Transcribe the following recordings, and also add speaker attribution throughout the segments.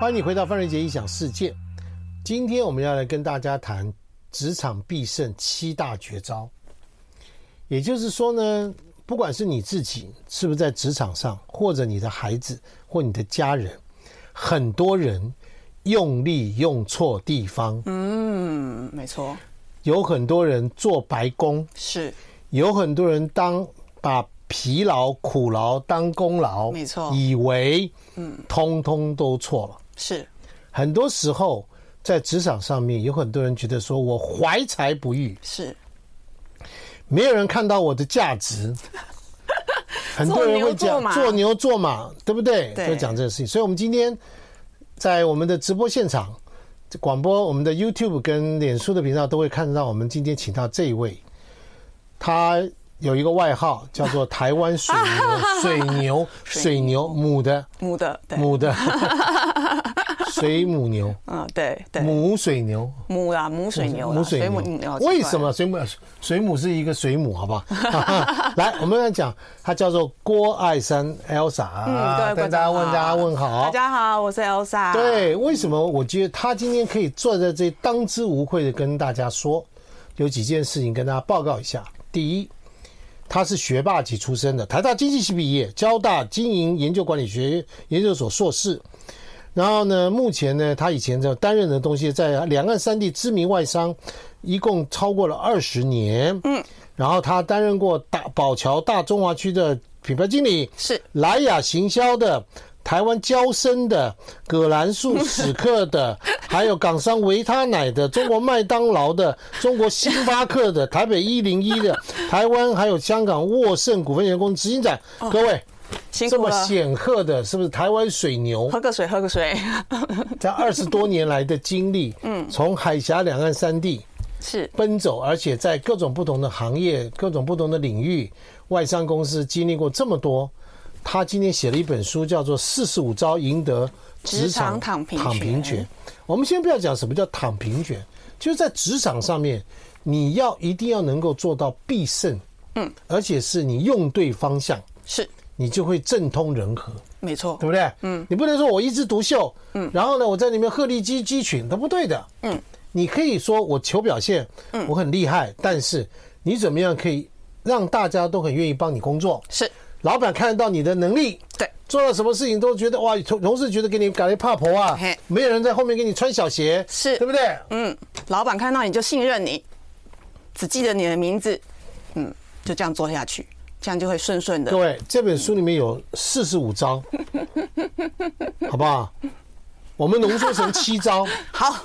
Speaker 1: 欢迎你回到范瑞杰异想世界。今天我们要来跟大家谈职场必胜七大绝招。也就是说呢，不管是你自己是不是在职场上，或者你的孩子或你的家人，很多人用力用错地方，
Speaker 2: 嗯，没错，
Speaker 1: 有很多人做白工，
Speaker 2: 是
Speaker 1: 有很多人当把疲劳苦劳当功劳，
Speaker 2: 没错
Speaker 1: 以为嗯，通通都错了。
Speaker 2: 是，
Speaker 1: 很多时候在职场上面，有很多人觉得说我怀才不遇，
Speaker 2: 是，
Speaker 1: 没有人看到我的价 值。很多人会讲
Speaker 2: 做牛做马
Speaker 1: 做牛做马，对不对？
Speaker 2: 对
Speaker 1: 就讲这个事情。所以，我们今天在我们的直播现场、广播、我们的 YouTube 跟脸书的频道都会看到，我们今天请到这一位，他有一个外号叫做“台湾水 牛”，水牛，水牛，母的，
Speaker 2: 母的，对，
Speaker 1: 母 的，水母牛，
Speaker 2: 嗯，对对，
Speaker 1: 母水牛，
Speaker 2: 母啦，母水牛啦，
Speaker 1: 母水
Speaker 2: 母嗯
Speaker 1: 牛，为什？么水母水母是一个水母？好不 好？来，我们来讲，它叫做郭爱山 Elsa，
Speaker 2: 嗯，
Speaker 1: 啊
Speaker 2: 对，
Speaker 1: 跟大家问大家问好
Speaker 2: 大。家好，我是 Elsa，，
Speaker 1: 对，为什么我觉得他今天可以坐在这里当之无愧的跟大家说，有几件事情跟大家报告一下。第一，他是学霸级出身的，台大经济系毕业，交大经营研究管理学研究所硕士。然后呢，目前呢，他以前的担任的东西在两岸三地知名外商，一共超过了二十年。嗯，然后他担任过大宝桥大中华区的品牌经理，
Speaker 2: 是
Speaker 1: 莱雅行销的、台湾娇生的、葛兰素 史克的，还有港商维他奶的、中国麦当劳的、中国星巴克的、台北一零一的、台湾还有香港沃盛股份有限公司执行长。各位，
Speaker 2: 哦辛
Speaker 1: 这
Speaker 2: 苦
Speaker 1: 么
Speaker 2: 了，
Speaker 1: 显赫的，是不是台湾水 牛？
Speaker 2: 喝个水，喝个水，
Speaker 1: 在二十多年来的经历，嗯，从海峡两岸三地
Speaker 2: 是
Speaker 1: 奔走，而且在各种不同的行业、各种不同的领域，外商公司经历过这么多。他今天写了一本书，叫做《四十五招赢得职场
Speaker 2: 职场躺平
Speaker 1: 躺平
Speaker 2: 权
Speaker 1: 权》。我们先不要讲什么叫躺平权，就是在职场上面，你要一定要能够做到必胜，嗯，而且是你用对方向，
Speaker 2: 是，
Speaker 1: 你就会政通人和。
Speaker 2: 没错
Speaker 1: 对，不对？嗯，你不能说我一枝独秀，嗯，然后呢，我在里面鹤立鸡鸡群，它不对的，嗯，你可以说我求表现，嗯，我很厉害，但是你怎么样可以让大家都很愿意帮你工作？
Speaker 2: 是，
Speaker 1: 老板看得到你的能力，
Speaker 2: 对，
Speaker 1: 做到什么事情都觉得哇，同同事觉得给你感觉怕婆啊
Speaker 2: 嘿，
Speaker 1: 没有人在后面给你穿小鞋，
Speaker 2: 是
Speaker 1: 对不对？
Speaker 2: 嗯，老板看到你就信任你，只记得你的名字，嗯，就这样做下去，这样就会顺顺
Speaker 1: 各
Speaker 2: 的，
Speaker 1: 位，这本书里面有四十五 招，好不好？我们浓缩成七招。
Speaker 2: 好，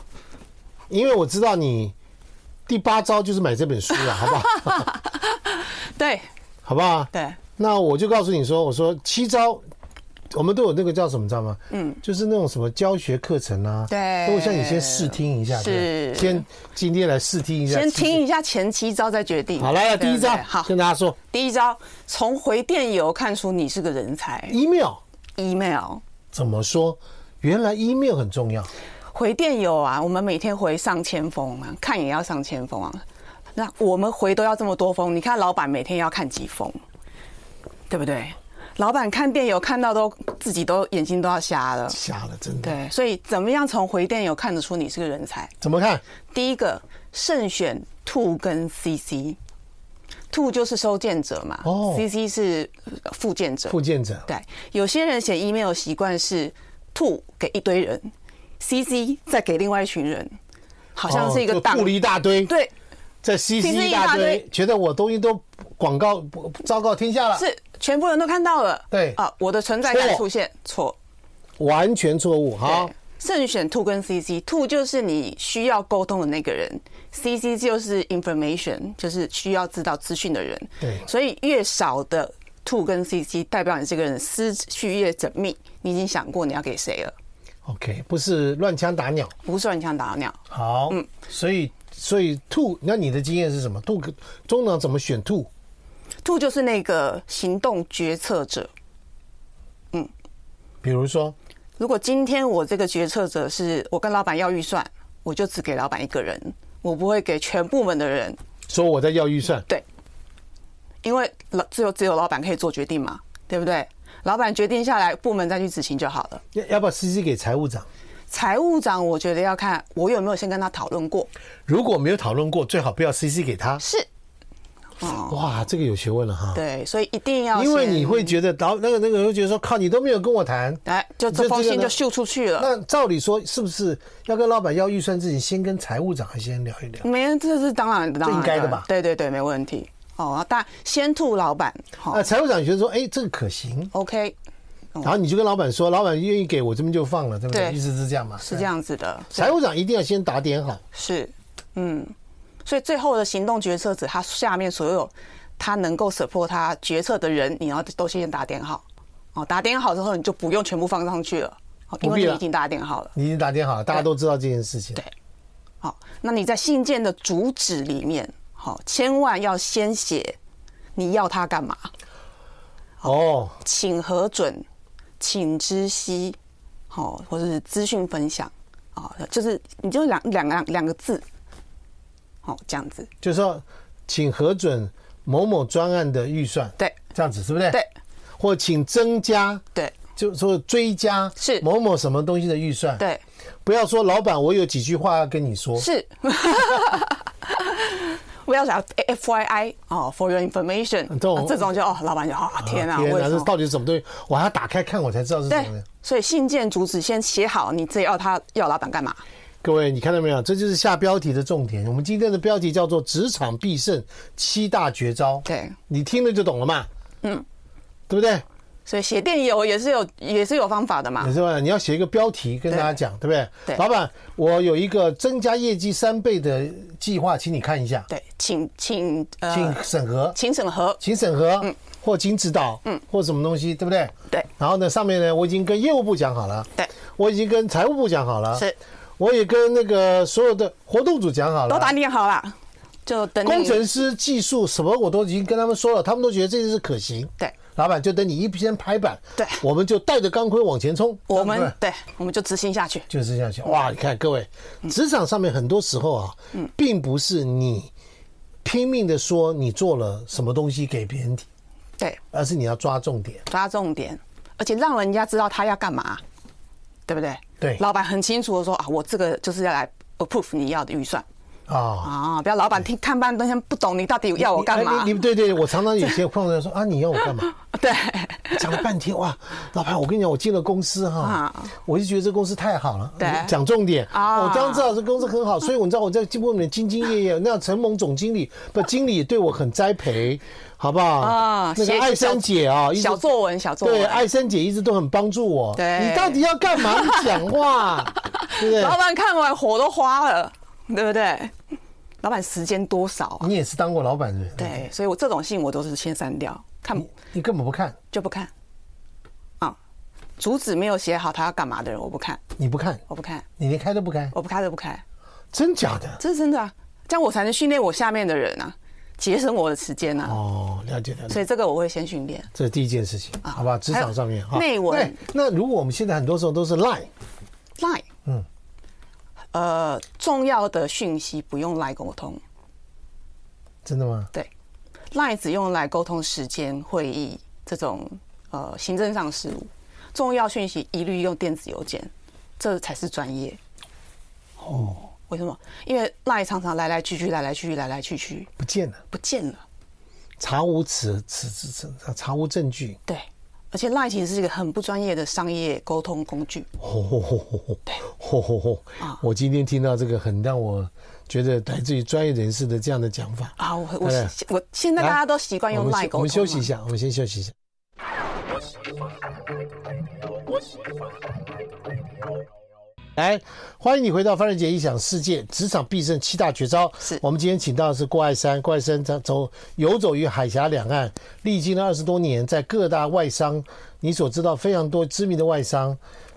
Speaker 1: 因为我知道你第八招就是买这本书 了，好不好？
Speaker 2: 对
Speaker 1: 好不好？
Speaker 2: 对，
Speaker 1: 那我就告诉你说，我说七招，我们都有那个叫什么，你知道吗？嗯，就是那种什么教学课程啊，
Speaker 2: 对
Speaker 1: 都像你先试听一下，对不对
Speaker 2: 是
Speaker 1: 先今天来试听一下，
Speaker 2: 先听一下前七招再决定。
Speaker 1: 好来了，
Speaker 2: 对
Speaker 1: 第一
Speaker 2: 对
Speaker 1: 招，
Speaker 2: 好，
Speaker 1: 跟大家说
Speaker 2: 第一招，从回电邮看出你是个人才。
Speaker 1: ，email
Speaker 2: email
Speaker 1: 怎么说？原来 email 很重要，
Speaker 2: 回电邮啊，我们每天回上千封啊，看也要上千封啊。那我们回都要这么多封，你看老板每天要看几封，对不对？老板看电邮看到都自己都眼睛都要瞎了。
Speaker 1: 瞎了，真的。
Speaker 2: 对，所以怎么样从回电邮看得出你是个人才？
Speaker 1: 怎么看？
Speaker 2: 第一个慎选 to 跟 CC。to 就是收件者嘛、
Speaker 1: 哦
Speaker 2: c c 是呃附件者。
Speaker 1: 附件者
Speaker 2: 对，有些人写 email 习惯是 to 给一堆人，cc 再给另外一群人，好像是一个
Speaker 1: 哦
Speaker 2: 档。
Speaker 1: 就布了一大堆，
Speaker 2: 对，
Speaker 1: 在 CC 一
Speaker 2: 一
Speaker 1: 大
Speaker 2: 大
Speaker 1: 堆
Speaker 2: 堆，
Speaker 1: 觉得我东西都广告昭告天下了，
Speaker 2: 是全部人都看到了。
Speaker 1: 对
Speaker 2: 啊，我的存在感
Speaker 1: 错
Speaker 2: 出现错。
Speaker 1: 完全错误。好
Speaker 2: 对，，慎选 to 跟 cc，to 就是你需要沟通的那个人，cc 就是 information，就是需要知道资讯的人。
Speaker 1: 对
Speaker 2: 所以越少的 to 跟 cc，代表你这个人思绪越缜密，你已经想过你要给谁了，
Speaker 1: OK，不是乱枪打鸟。
Speaker 2: 不是乱枪打鸟。
Speaker 1: 好，
Speaker 2: 嗯
Speaker 1: 所以所以兔，那你的经验是什么？兔中档怎么选兔？
Speaker 2: to 就是那个行动决策者。
Speaker 1: 比如说，
Speaker 2: 如果今天我这个决策者是我跟老板要预算，我就只给老板一个人，我不会给全部门的人，
Speaker 1: 说我在要预算，
Speaker 2: 因为老只有只有老板可以做决定嘛，对不对？老板决定下来，部门再去执行就好了。
Speaker 1: 要要把 CC 给财务长？
Speaker 2: 财务长，我觉得要看我有没有先跟他讨论过。
Speaker 1: 如果没有讨论过，最好不要 CC 给他。
Speaker 2: 是，哦，
Speaker 1: 哇，这个有学问了哈。
Speaker 2: 对，所以一定要
Speaker 1: 因为
Speaker 2: 先
Speaker 1: 你会觉得，然后那个那个人会觉得说，靠，你都没有跟我谈。
Speaker 2: 哎，就
Speaker 1: 这
Speaker 2: 这封
Speaker 1: 这个
Speaker 2: 信
Speaker 1: 呢
Speaker 2: 就秀出去了。
Speaker 1: 那照理说，是不是要跟老板要预算之前，先跟财务长还先聊一聊？
Speaker 2: 没，这是当然，当然
Speaker 1: 应该的吧
Speaker 2: 对对对，没问题。哦，但先吐老板，哦好、
Speaker 1: 啊，财务长觉得说，哎，这个可行，
Speaker 2: OK，
Speaker 1: 然后你就跟老板说，老板愿意给我，这边就放了，对不对？
Speaker 2: 对
Speaker 1: 意思是这样嘛？
Speaker 2: 是这样子的，
Speaker 1: 财务长一定要先打点好，
Speaker 2: 是，嗯，所以最后的行动决策者，他下面所有他能够 support 他决策的人，你要都先打点好，哦，打点好之后，你就不用全部放上去了，哦，因
Speaker 1: 不
Speaker 2: 为
Speaker 1: 必
Speaker 2: 你
Speaker 1: 了
Speaker 2: 已经打点好了。
Speaker 1: 你已经打点好了，大家都知道这件事情。
Speaker 2: 对好，那你在信件的主旨里面，好、千万要先写你要他干嘛，
Speaker 1: 哦，
Speaker 2: 请核准，请知悉，好、或者是资讯分享，啊、就是你就两两个两个字，好、这样子，
Speaker 1: 就是说，请核准某某专案的预算，
Speaker 2: 对
Speaker 1: 这样子是不是？
Speaker 2: 对。
Speaker 1: 或请增加，
Speaker 2: 对
Speaker 1: 就是说追加
Speaker 2: 是
Speaker 1: 某某什么东西的预算。
Speaker 2: 对
Speaker 1: 不要说老板，我有几句话要跟你说。
Speaker 2: 是。 不要想 F Y I 哦，for your information，、
Speaker 1: 这种
Speaker 2: 啊这种就哦，老板就啊、天啊，
Speaker 1: 天
Speaker 2: 为
Speaker 1: 哪，
Speaker 2: 什
Speaker 1: 这
Speaker 2: 么？
Speaker 1: 到底是什么东西？我还要打开看，我才知道是什
Speaker 2: 对
Speaker 1: 么东西。，
Speaker 2: 所以信件主旨先写好，你自己要他要老板干嘛？
Speaker 1: 各位，你看到没有？这就是下标题的重点。我们今天的标题叫做“职场必胜七大绝招”。
Speaker 2: 对，啊
Speaker 1: 你听了就懂了嘛？嗯，对不对？
Speaker 2: 所以写电邮也是有也是有方法的嘛
Speaker 1: 你。是吧？你要写一个标题跟大家讲，对不对？
Speaker 2: 对
Speaker 1: 老板，我有一个增加业绩三倍的计划，请你看一下，
Speaker 2: 对，请请
Speaker 1: 请
Speaker 2: 呃，
Speaker 1: 审核，
Speaker 2: 请审核。
Speaker 1: 请审核，或请指导，嗯，或什么东西，对不对？
Speaker 2: 对
Speaker 1: 然后呢，上面呢，我已经跟业务部讲好了，
Speaker 2: 对，
Speaker 1: 我已经跟财务部讲好了，
Speaker 2: 是，
Speaker 1: 我也跟那个所有的活动组讲好
Speaker 2: 都打
Speaker 1: 了，
Speaker 2: 点好了，就等你
Speaker 1: 工程师、技术什么我都已经跟他们说了，他们都觉得这件事可行。
Speaker 2: 对，
Speaker 1: 老板就等你一篇拍板，
Speaker 2: 对
Speaker 1: 我们就带着钢盔往前冲，
Speaker 2: 我
Speaker 1: 对不
Speaker 2: 们
Speaker 1: 对
Speaker 2: 对，我们就执行下去。
Speaker 1: 就是这样想。哇，你看各位，
Speaker 2: 嗯
Speaker 1: 职场上面很多时候啊，并不是你拼命的说你做了什么东西给别人听，
Speaker 2: 对，
Speaker 1: 而是你要抓重点。
Speaker 2: 抓重点，而且让人家知道他要干嘛，对不对？
Speaker 1: 对
Speaker 2: 老板很清楚的说啊，我这个就是要来 approve 你要的预算
Speaker 1: 啊。
Speaker 2: 啊，不要老板听看半天不懂你到底啊要我干嘛
Speaker 1: 你哎？你你对对，我常常有 些朋友说啊，你要我干嘛？
Speaker 2: 对，
Speaker 1: 讲了半天哇，老板，我跟你讲，我进了公司哈
Speaker 2: 啊，
Speaker 1: 我就觉得这公司太好了。
Speaker 2: 对
Speaker 1: 讲重点
Speaker 2: 啊
Speaker 1: 我当知道这公司很好，所以我知道我在进步里面兢兢业业。那陈蒙总经 理不，经理也对我很栽培，好不好？
Speaker 2: 啊
Speaker 1: 那
Speaker 2: 写
Speaker 1: 个艾
Speaker 2: 小
Speaker 1: 珊姐啊，一直
Speaker 2: 小作文，小作
Speaker 1: 对，哎
Speaker 2: 文。
Speaker 1: 艾森姐一直都很帮助我。
Speaker 2: 对
Speaker 1: 你到底要干嘛？你讲 话，对不
Speaker 2: 老
Speaker 1: 对？
Speaker 2: 板看完火都花了，对不对？老板时间多少啊？
Speaker 1: 你也是当过老板的人，
Speaker 2: 对，所以我这种信我都是先删掉，看
Speaker 1: 你你根本不看，
Speaker 2: 就不看。啊，主旨没有写好他要干嘛的人，我不看，
Speaker 1: 你不看，
Speaker 2: 我不看，
Speaker 1: 你连开都不开，
Speaker 2: 我不看就不看。
Speaker 1: 真假的？
Speaker 2: 这是真的啊，这样我才能训练我下面的人啊，节省我的时间啊。
Speaker 1: 哦，了解了解，
Speaker 2: 所以这个我会先训练。
Speaker 1: 这是第一件事情，好不好？职场上面
Speaker 2: 还有内文
Speaker 1: 对那如果我们现在很多时候都是 line，
Speaker 2: Line，
Speaker 1: 嗯
Speaker 2: 嗯，呃，重要的讯息不用来沟通
Speaker 1: 真的吗？
Speaker 2: ，Line 只用来沟通时间、会议这种呃行政上事务，重要讯息一律用电子邮件，这才是专业。哦，为什么？因为 Line 常常来来去去，来来去去，来来去去，
Speaker 1: 不见了，
Speaker 2: 不见了。
Speaker 1: 查无此此此此，查无证据。
Speaker 2: 对，而且 Line 其实是一个很不专业的商业沟通工具。
Speaker 1: 吼吼吼吼吼！吼吼吼！我今天听到这个，很让我觉得来自于专业人士的这样的讲法。
Speaker 2: 啊，我
Speaker 1: 对不
Speaker 2: 我
Speaker 1: 对
Speaker 2: 习我现在大家都习惯
Speaker 1: 哎我
Speaker 2: 用
Speaker 1: 们
Speaker 2: Line
Speaker 1: 休
Speaker 2: 沟通啊
Speaker 1: 我们休
Speaker 2: 嘛
Speaker 1: 息一下，我们先休息一下。来，欢迎你回到范仁杰异想世界，职场必胜七大绝招。
Speaker 2: 是
Speaker 1: 我们今天请到的是郭爱山，郭爱山他走游走于海峡两岸，历经了二十多年，在各大外商，你所知道非常多知名的外商。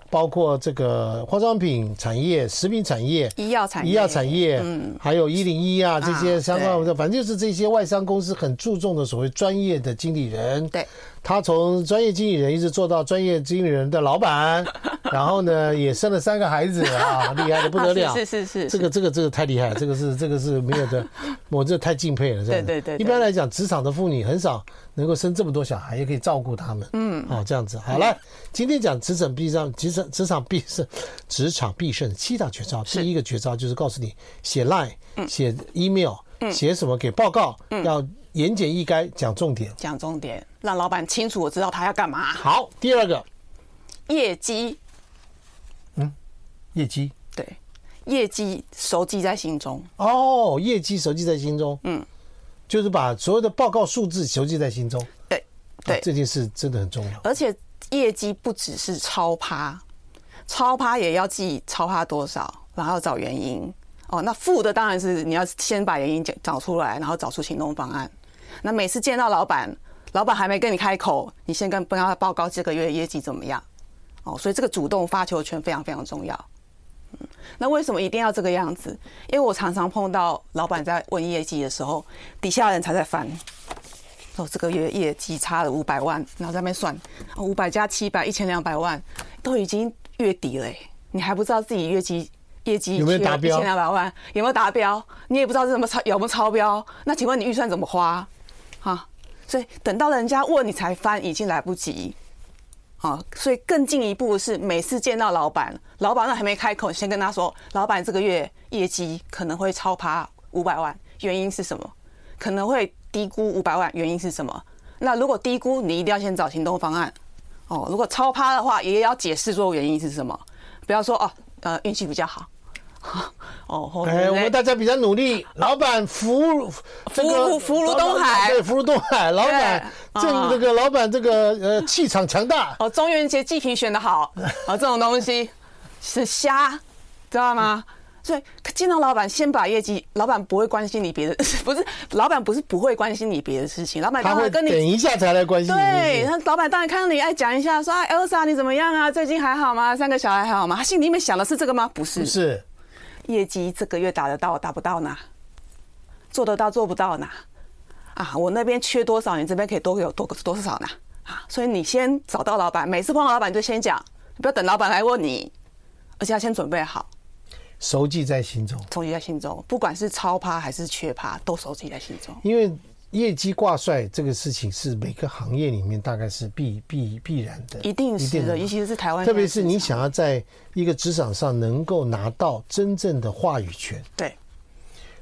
Speaker 1: 包括这个化妆品产业、食品产业、
Speaker 2: 医药产业
Speaker 1: 医药产业，嗯，还有一零一啊这些相关的，
Speaker 2: 对
Speaker 1: 反正就是这些外商公司很注重的所谓专业的经理人。
Speaker 2: 对，
Speaker 1: 他从专业经理人一直做到专业经理人的老 板，然后呢也生了三个孩子啊，厉害的不得了。
Speaker 2: 啊 是是是是
Speaker 1: 这个这个这个太厉害了，这个 是这个是没有的，我这太敬佩了。真的
Speaker 2: 对对对
Speaker 1: 一
Speaker 2: 对
Speaker 1: 般来讲，职场的妇女很少能够生这么多小孩，也可以照顾他们。嗯，好、这样子好了。今天讲职场必胜，职场职场必胜，职场必胜七大绝招。第一个绝招就是告诉你写 line、写
Speaker 2: 嗯
Speaker 1: email、写什么给报告，要言简意赅，讲重点。
Speaker 2: 讲重点，让老板清楚我知道他要干嘛。
Speaker 1: 好，第二个
Speaker 2: 业绩，
Speaker 1: 业绩
Speaker 2: 对，业绩熟记在心中，
Speaker 1: 哦，业绩熟记在心中。嗯，就是把所有的报告数字熟记在心中。
Speaker 2: 对对
Speaker 1: 啊，这件事真的很重要。
Speaker 2: 而且业绩不只是超趴，超趴也要记超趴多少，然后找原因。哦，那负的当然是你要先把原因找找出来，然后找出行动方案。那每次见到老板，老板还没跟你开口，你先跟跟他报告这个月业绩怎么样。哦，所以这个主动发球权非常非常重要。嗯，那为什么一定要这个样子？因为我常常碰到老板在问业绩的时候，底下人才在翻。哦，这个月业绩差了五百万，然后在那边算，哦五百加七百，一千两百万，都已经月底了欸，你还不知道自己业绩业绩
Speaker 1: 有没有达标
Speaker 2: 一千两百万有没有达标？你也不知道是什么超有没有超标？那请问你预算怎么花？啊，所以等到人家问你才翻，已经来不及。啊，所以更进一步是每次见到老板，老板那还没开口，先跟他说，老板这个月业绩可能会超趴五百万，原因是什么？可能会低估五百万，原因是什么？那如果低估，你一定要先找行动方案。哦，如果超趴的话，也要解释说原因是什么，不要说哦，呃，运气比较好。 哦，或者
Speaker 1: 哎，
Speaker 2: 是
Speaker 1: 我们大家比较努
Speaker 2: 啊
Speaker 1: 力，老板福这个
Speaker 2: 福如东海
Speaker 1: 对，福如东海，老板
Speaker 2: 对
Speaker 1: 正
Speaker 2: 啊
Speaker 1: 这个老板这个呃气场强大，
Speaker 2: 哦，中元节祭品选的好，哦，这种东西是瞎，知道吗？所以见到老板，先把业绩，老板不会关心你别的， 不是老板不是不会关心你别的事情，老板
Speaker 1: 他
Speaker 2: 当
Speaker 1: 会
Speaker 2: 然
Speaker 1: 等
Speaker 2: 跟你。
Speaker 1: 一下才来关心你。
Speaker 2: 对，
Speaker 1: 是
Speaker 2: 那老板当然看到你，哎，讲一下，说啊，Elsa 你怎么样啊？最近还好吗？三个小孩还好吗？他心里面想的是这个吗？不是
Speaker 1: 不，是
Speaker 2: 业绩这个月达得到达不到呢？做得到做不到呢？啊，我那边缺多少，你这边可以多给我多多少呢？啊，所以你先找到老板，每次碰到老板就先讲，你不要等老板来问你，而且要先准备好，
Speaker 1: 熟记在心中，
Speaker 2: 收集在心中，不管是超趴还是缺趴，都收集在心中。
Speaker 1: 因为业绩挂帅这个事情是每个行业里面大概是必必必然的，
Speaker 2: 一定是的，尤其是台湾现在市场，
Speaker 1: 特别是你想要在一个职场上能够拿到真正的话语权，
Speaker 2: 对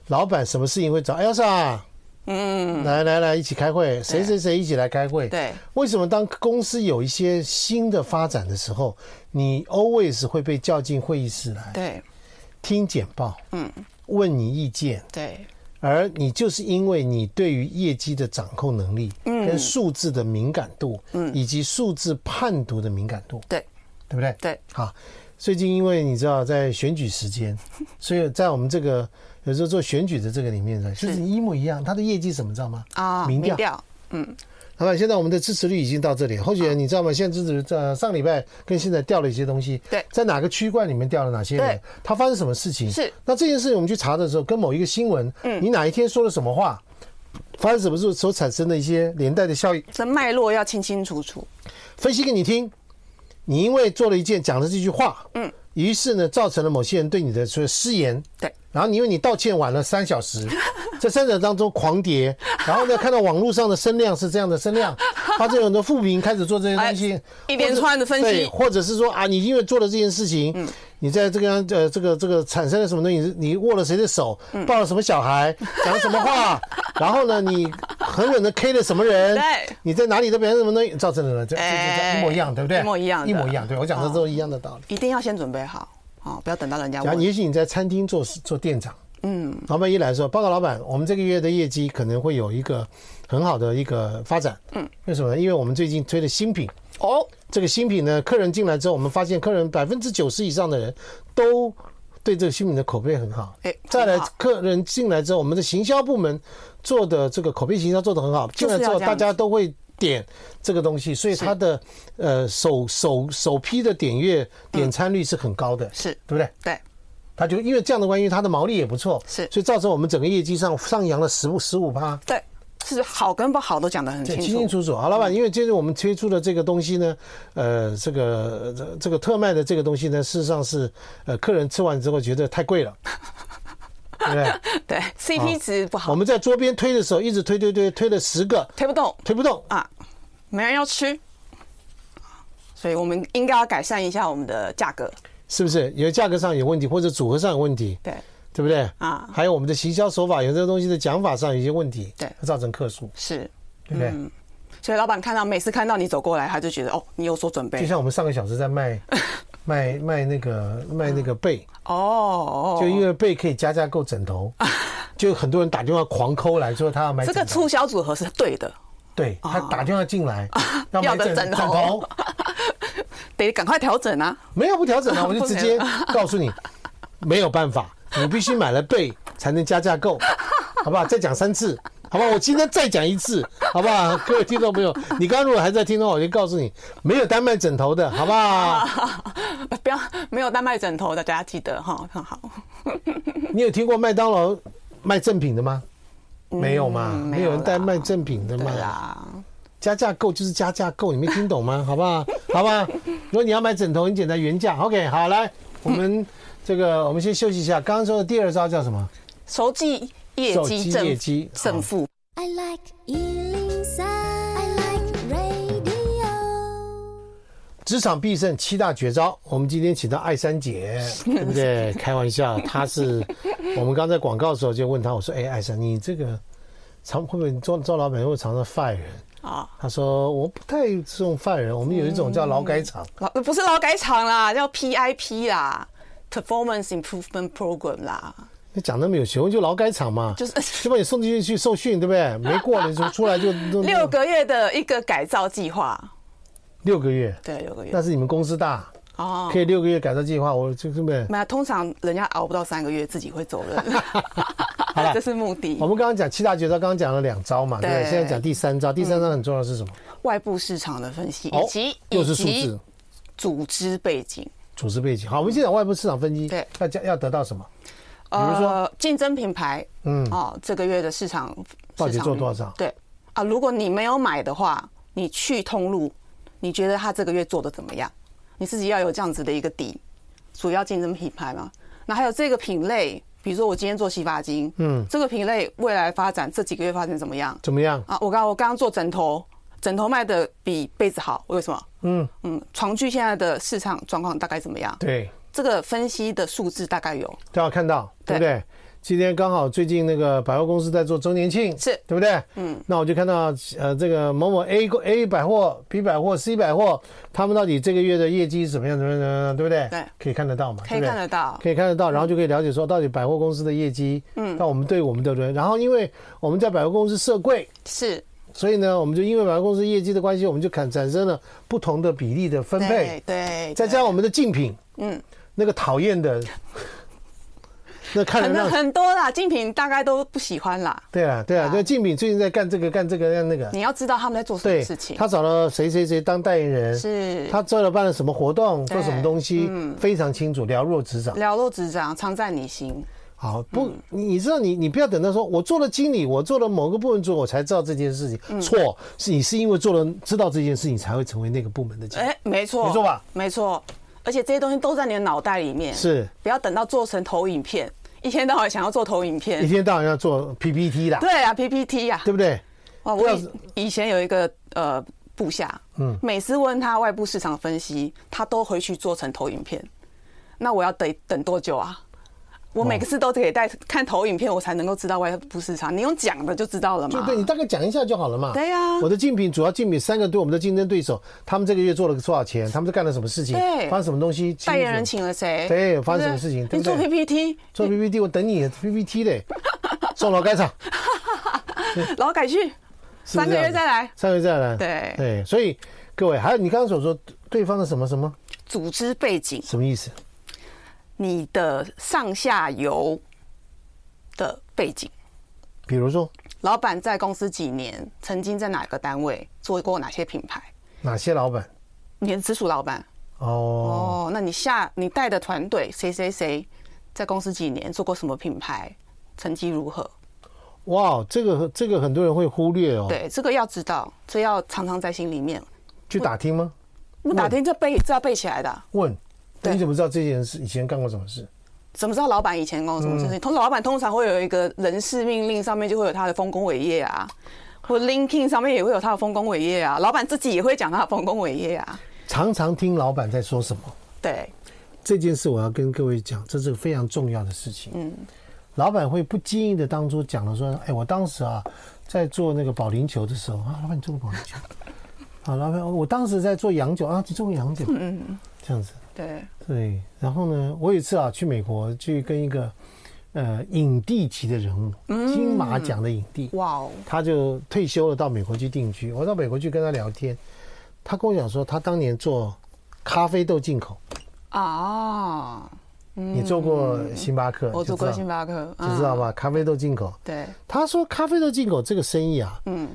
Speaker 1: 老板什么事情会找哎 Elsa？嗯，来来来，一起开会，谁谁谁一起来开会。
Speaker 2: 对，
Speaker 1: 为什么当公司有一些新的发展的时候，你 always 会被叫进会议室来
Speaker 2: 对
Speaker 1: 听简报？嗯，问你意见，
Speaker 2: 对
Speaker 1: 而你就是因为你对于业绩的掌控能力，嗯，跟数字的敏感度，嗯，以及数字判读的敏感度，
Speaker 2: 对
Speaker 1: 对不对？
Speaker 2: 对，
Speaker 1: 好，最近因为你知道在选举时 间，所以在我们这个有时候做选举的这个里面呢，就是一模一样，他的业绩什么知道吗？
Speaker 2: 啊，
Speaker 1: 民调。
Speaker 2: 调
Speaker 1: 好吧，现在我们的支持率已经到这里，候选人你知道吗？现在支持率在上礼拜跟现在掉了一些东西，
Speaker 2: 对
Speaker 1: 在哪个区块里面掉了哪些人
Speaker 2: 对，
Speaker 1: 他发生什么事情？
Speaker 2: 是
Speaker 1: 那这件事情我们去查的时候，跟某一个新闻，嗯，你哪一天说了什么话，发生什么事所产生的一些连带的效应，
Speaker 2: 这脉络要清清楚楚，
Speaker 1: 分析给你听。你因为做了一件讲了这句话，嗯，于是呢，造成了某些人对你的所谓失言，
Speaker 2: 对
Speaker 1: 然后你因为你道歉晚了三小 时，在三小时当中狂跌，然后呢，看到网络上的声量是这样的声量，发现有很多富民开始做这些东西，
Speaker 2: 哎一连串的分析
Speaker 1: 或者
Speaker 2: 嗯
Speaker 1: 对或者是说啊，你因为做了这件事情，你在这个呃这个这个产生了什么东西，你握了谁的手，
Speaker 2: 嗯
Speaker 1: 抱了什么小孩，讲了什么话， 然后呢，你狠狠的 K 了什么人
Speaker 2: 对，
Speaker 1: 你在哪里的表现什么东西，造成了这这这
Speaker 2: 哎
Speaker 1: 这一模一样，对不对？
Speaker 2: 一模一样的
Speaker 1: 一模一样，对我讲的都是一样的道理。
Speaker 2: 一定要先准备好哦，不要等到人家
Speaker 1: 然
Speaker 2: 问
Speaker 1: 后，。也许你在餐厅做做店长，嗯，老板一来说，报告老板，我们这个月的业绩可能会有一个很好的一个发展，嗯，为什么呢？因为我们最近推了新品，
Speaker 2: 哦，
Speaker 1: 这个新品呢，客人进来之后，我们发现客人百分之九十以上的人都对这个新品的口碑很好。
Speaker 2: 哎
Speaker 1: 再来
Speaker 2: 很好
Speaker 1: 客人进来之后，我们的行销部门做的这个口碑行销做得很好，进
Speaker 2: 就是
Speaker 1: 来
Speaker 2: 要
Speaker 1: 之后
Speaker 2: 这
Speaker 1: 大
Speaker 2: 样
Speaker 1: 家都会点这个东西，所以它的呃首首首批的点阅
Speaker 2: 嗯
Speaker 1: 点餐率是很高的，
Speaker 2: 是
Speaker 1: 对不对？
Speaker 2: 对，
Speaker 1: 它就因为这样的关系，它的毛利也不错，
Speaker 2: 是
Speaker 1: 所以造成我们整个业绩上上扬了十五十五趴。
Speaker 2: 对，是好跟不好都讲得很
Speaker 1: 对
Speaker 2: 清楚。
Speaker 1: 清清楚楚。好，老板，因为接着我们推出的这个东西呢，呃，这个这这个特卖的这个东西呢，事实上是呃，客人吃完之后觉得太贵了， 对不对？
Speaker 2: 对，CP 值不好，
Speaker 1: 啊我们在桌边推的时候，一直推推推，推了十个，
Speaker 2: 推不动
Speaker 1: 推不动。
Speaker 2: 啊，没人要吃，所以我们应该要改善一下我们的价格。
Speaker 1: 是不是？有价格上有问题，或者组合上有问题，
Speaker 2: 对，
Speaker 1: 对不对？
Speaker 2: 啊
Speaker 1: 还有我们的行销手法，有些东西的讲法上有一些问题，
Speaker 2: 对嗯
Speaker 1: 造成客诉，
Speaker 2: 是，
Speaker 1: 对不对？
Speaker 2: 所以老板看到每次看到你走过来，他就觉得哦，你有所准
Speaker 1: 就
Speaker 2: 备。
Speaker 1: 像我们上个小时在卖 卖卖那个卖那个被，
Speaker 2: 哦哦，
Speaker 1: 就因为被可以加价购枕 头，就很多人打电话狂抠来说他要买
Speaker 2: 这个
Speaker 1: 枕头，
Speaker 2: 促销组合是对的，
Speaker 1: 对他打电话进来要
Speaker 2: 啊
Speaker 1: 买
Speaker 2: 要的
Speaker 1: 枕
Speaker 2: 枕
Speaker 1: 枕
Speaker 2: 头
Speaker 1: 头，
Speaker 2: 得赶快调整啊。
Speaker 1: 没有不调整啊，我就直接告诉你，没有办法，你必须买了被才能加价购，好不好？再讲三次，好不好？我今天再讲一次，好不好？各位听众朋友，你刚刚如果还在听的话，我就告诉你，没有单卖枕头的，好不好？
Speaker 2: 不要没有单卖枕头的，大家记得哈，很好。
Speaker 1: 你有听过麦当劳卖正品的吗？没有嘛，
Speaker 2: 嗯
Speaker 1: 没
Speaker 2: 没
Speaker 1: 有
Speaker 2: 有
Speaker 1: 人
Speaker 2: 啦
Speaker 1: 带卖正品的
Speaker 2: 对啊
Speaker 1: 嘛。
Speaker 2: 啦，
Speaker 1: 加价购就是加价购，你没听懂 吗？好不好？好吧。如果你要买枕头，很简单，原价。OK，好，来，我们这个我们先休息一下。刚刚说的第二招叫什么？
Speaker 2: 熟记业
Speaker 1: 手
Speaker 2: 绩
Speaker 1: 机
Speaker 2: 正
Speaker 1: 业绩
Speaker 2: 正负
Speaker 3: I like Ealing Sound. I like radio.
Speaker 1: 职场必胜七大绝招，我们今天请到艾珊姐， 对不对？开玩笑，她是我们刚才广告的时候就问她，我说：“哎，艾珊，你这个常会不会周周老板会不会常常 fire 人
Speaker 2: 啊。？”
Speaker 1: 她说：“我不太这种 fire 人，我们有一种叫劳改场，
Speaker 2: 劳不是劳改场啦，叫 PIP 啦，Performance Improvement Program 啦，
Speaker 1: 你讲那么有学问就劳改场嘛，
Speaker 2: 就是
Speaker 1: 就把你送进去去受训，对不对？没过你说出来就都
Speaker 2: 六个月的一个改造计划。
Speaker 1: 六个月，
Speaker 2: 对，六个
Speaker 1: 那
Speaker 2: 月。
Speaker 1: 是你们公司大，
Speaker 2: 哦，
Speaker 1: 可以六个月改造计划，我这根本。
Speaker 2: 那通常人家熬不到三个月，自己会走人。
Speaker 1: 了
Speaker 2: 这是目的
Speaker 1: 我。们刚刚讲七大绝招，刚刚讲了两招嘛，对不对？
Speaker 2: 对嗯
Speaker 1: 现在讲第三招，第三招很重要的是什么？
Speaker 2: 外部市场的分析，
Speaker 1: 哦
Speaker 2: 以及
Speaker 1: 又
Speaker 2: 以
Speaker 1: 是数
Speaker 2: 及
Speaker 1: 字，
Speaker 2: 组织背景，
Speaker 1: 组织背景。好，我们先讲外部市场分析，
Speaker 2: 对
Speaker 1: 要讲要得到什么？如说
Speaker 2: 呃，竞争品牌，嗯，哦，这个月的市场
Speaker 1: 到底
Speaker 2: 市场
Speaker 1: 做
Speaker 2: 率
Speaker 1: 多少
Speaker 2: 对啊，如果你没有买的话，你去通路，你觉得他这个月做的怎么样？你自己要有这样子的一个底，主要竞争品牌嘛。那还有这个品类，比如说我今天做洗发精，嗯，这个品类未来发展这几个月发展怎么样？
Speaker 1: 怎么样？
Speaker 2: 啊，我刚我刚刚做枕头，枕头卖的比被子好，为什么？嗯嗯，床具现在的市场状况大概怎么样？
Speaker 1: 对，
Speaker 2: 这个分析的数字大概有
Speaker 1: 都要看到，对
Speaker 2: 对
Speaker 1: 不对？今天刚好最近那个百货公司在做周年庆，
Speaker 2: 是
Speaker 1: 对不对？嗯，那我就看到呃，这个某某 A 公 A 百货、B 百货、C 百货，他们到底这个月的业绩怎么样？怎么样？怎么样？对不对？
Speaker 2: 对
Speaker 1: 可以看得到嘛？
Speaker 2: 可
Speaker 1: 对
Speaker 2: 以
Speaker 1: 不对
Speaker 2: 看得到嗯
Speaker 1: 可以看得到，然后就可以了解说到底百货公司的业绩，嗯，那我们对我们的人，然后因为我们在百货公司设柜，
Speaker 2: 是
Speaker 1: 所以呢，我们就因为百货公司业绩的关系，我们就产产生了不同的比例的分配
Speaker 2: 对，对，
Speaker 1: 再加上我们的竞品，
Speaker 2: 嗯，
Speaker 1: 那个讨厌 的，那看
Speaker 2: 对
Speaker 1: 得
Speaker 2: 很
Speaker 1: 让
Speaker 2: 多很多啦，竞品大概都不喜欢啦。
Speaker 1: 对啊，对啊，对，竞品最近在干这个干这个干那个，
Speaker 2: 你要知道他们在做什么
Speaker 1: 对
Speaker 2: 事，情，
Speaker 1: 他找了谁谁谁当代言人，
Speaker 2: 是
Speaker 1: 他做了办了什么活动，
Speaker 2: 对嗯
Speaker 1: 做什么东西，非常清楚，了若指掌。
Speaker 2: 了若指掌，常在你心。
Speaker 1: 好，不，
Speaker 2: 嗯
Speaker 1: 你你知道你你不要等到说我做了经理，我做了某个部门主管，我才知道这件事
Speaker 2: 嗯
Speaker 1: 情，错，是你是因为做了知道这件事情，才会成为那个部门的经理。
Speaker 2: 哎，没错，
Speaker 1: 没错吧？
Speaker 2: 没错，而且这些东西都在你的脑袋里面，
Speaker 1: 是
Speaker 2: 不要等到做成投影片，一天到晚想要做投影
Speaker 1: 一
Speaker 2: 片。
Speaker 1: 天到晚要做 PPT 啦，
Speaker 2: 对啊，PPT 呀、啊，
Speaker 1: 对不对？
Speaker 2: 哇，
Speaker 1: 不
Speaker 2: 我
Speaker 1: 要
Speaker 2: 以以前有一个呃部下，嗯，每次问他外部市场分析，他都回去做成投影片。那我要等等多久啊？我每个次都得带看投影片，我才能够知道外部市场。你用讲的就知道了
Speaker 1: 就
Speaker 2: 嘛。
Speaker 1: 对你大概讲一下就好了嘛。
Speaker 2: 对啊呀
Speaker 1: 我的竞品主要竞品三个对我们的竞争对手，他们这个月做了多少钱？他们是干了什么事情？
Speaker 2: 对
Speaker 1: 发生什么东西？
Speaker 2: 代言人
Speaker 1: 清楚
Speaker 2: 请了谁？
Speaker 1: 对发生什么事情对不对
Speaker 2: 你做 PPT，
Speaker 1: 做 PPT，我等你 PPT 嘞，送劳改场，
Speaker 2: 然后改去
Speaker 1: 是不
Speaker 2: 三
Speaker 1: 是这
Speaker 2: 个
Speaker 1: 样
Speaker 2: 月
Speaker 1: 子
Speaker 2: 再来
Speaker 1: 三个月再来。
Speaker 2: 对
Speaker 1: 对，所以各位，还有你刚刚所说对方的什么什么
Speaker 2: 组织背景，
Speaker 1: 什么意思？
Speaker 2: 你的上下游的背景，
Speaker 1: 比如说，
Speaker 2: 老板在公司几年，曾经在哪个单位做过哪些品牌，
Speaker 1: 哪些老板？
Speaker 2: 你的直属老板
Speaker 1: 哦，
Speaker 2: 哦，那你下你带的团队谁谁谁在公司几年，做过什么品牌，成绩如何？
Speaker 1: 哇，这个这个很多人会忽略哦。
Speaker 2: 对，这个要知道，这要常常在心里面。
Speaker 1: 去打听吗？
Speaker 2: 我打听这背这要背起来的啊，
Speaker 1: 问，
Speaker 2: 对
Speaker 1: 你怎么知道这件人是以前干过什么事？
Speaker 2: 怎么知道老板以前干过什么事情？通老板通常会有一个人事命令，上面就会有他的丰功伟业 啊，或 LinkedIn 上面也会有他的丰功伟业啊，老板自己也会讲他的丰功伟业啊。
Speaker 1: 常常听老板在说什么。
Speaker 2: 对，
Speaker 1: 这件事我要跟各位讲，这是非常重要的事情。嗯，老板会不经意的当初讲了说，哎，我当时啊在做那个保龄球的时候啊，老板你做过保龄球， 啊，老板我当时在做洋酒啊，你做过洋酒，嗯，这样子。
Speaker 2: 对，
Speaker 1: 对，然后呢，我有一次啊去美国去跟一个呃影帝级的人物，
Speaker 2: 嗯
Speaker 1: 金马奖的影帝，
Speaker 2: 哇哦，
Speaker 1: 他就退休了，到美国去定居。我到美国去跟他聊天，他跟我讲说，他当年做咖啡豆进口，
Speaker 2: 啊，
Speaker 1: 你做过星巴克，
Speaker 2: 我做过星
Speaker 1: 巴
Speaker 2: 巴克，嗯
Speaker 1: 克，就知道吧？咖啡豆进口，
Speaker 2: 对，
Speaker 1: 他说咖啡豆进口这个生意啊，嗯，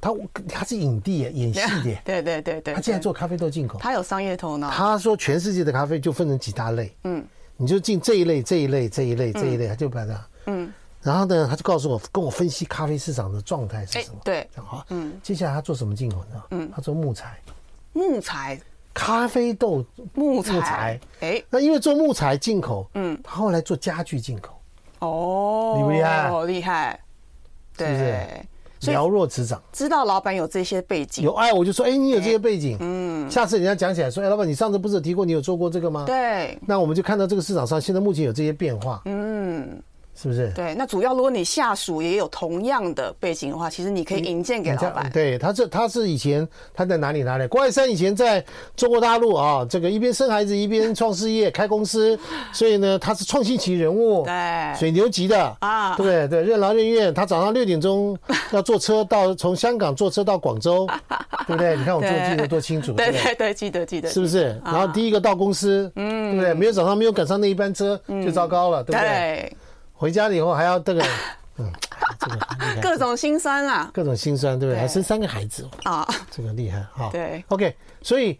Speaker 1: 他他是影帝耶，演戏的耶，
Speaker 2: 对对对对，
Speaker 1: 他竟然
Speaker 2: 对，
Speaker 1: 做咖啡豆进口。
Speaker 2: 他有商业头脑，
Speaker 1: 他说全世界的咖啡就分成几大类，嗯，你就进这一类、这一类、这一类、这一类，他就把它，嗯，然后呢，他就告诉我，跟我分析咖啡市场的状态是
Speaker 2: 哎
Speaker 1: 什么，，
Speaker 2: 对，
Speaker 1: 这样好，嗯，接下来他做什么进口呢？嗯，他做木材，
Speaker 2: 木材，
Speaker 1: 咖啡豆，
Speaker 2: 木
Speaker 1: 木材
Speaker 2: 材，哎，
Speaker 1: 那因为做木材进口，嗯，他后来做家具进口，
Speaker 2: 哦，
Speaker 1: 厉不厉害
Speaker 2: 厉害，
Speaker 1: 是不是
Speaker 2: 对，所以
Speaker 1: 寥若指掌。
Speaker 2: 知道老板有这些背景，
Speaker 1: 有爱我就说，哎，你有这些背景，嗯，下次人家讲起来说，哎，老板，你上次不是有提过你有做过这个吗？，
Speaker 2: 对
Speaker 1: 那我们就看到这个市场上现在目前有这些变化，嗯，是不是？
Speaker 2: 对，那主要如果你下属也有同样的背景的话，其实你可以引荐给
Speaker 1: 人家
Speaker 2: 老板，
Speaker 1: 对，他这他是以前他在哪里哪里？郭爱山以前在中国大陆啊，这个一边生孩子一边创事业开公 司，所以呢，他是创新型人物，
Speaker 2: 对
Speaker 1: 水牛籍的对
Speaker 2: 啊
Speaker 1: 不对对，任劳任怨。他早上六点钟要坐车到从香港坐车到广 州，对不对？你看我坐
Speaker 2: 对
Speaker 1: 记得多清楚，
Speaker 2: 对
Speaker 1: 不
Speaker 2: 对啊对，记得记得，
Speaker 1: 是不是？然后第一个到公司，嗯，对不对？没有早上没有赶上那一班车，就糟糕了，对不对？
Speaker 2: 嗯对，
Speaker 1: 回家了以后还要这 个，嗯，这个厉害
Speaker 2: 各种辛酸啦
Speaker 1: 各种心酸，对不对？
Speaker 2: 对
Speaker 1: 还生三个孩子哦，
Speaker 2: 啊，
Speaker 1: 这个厉害哈。
Speaker 2: 对
Speaker 1: ，OK，所以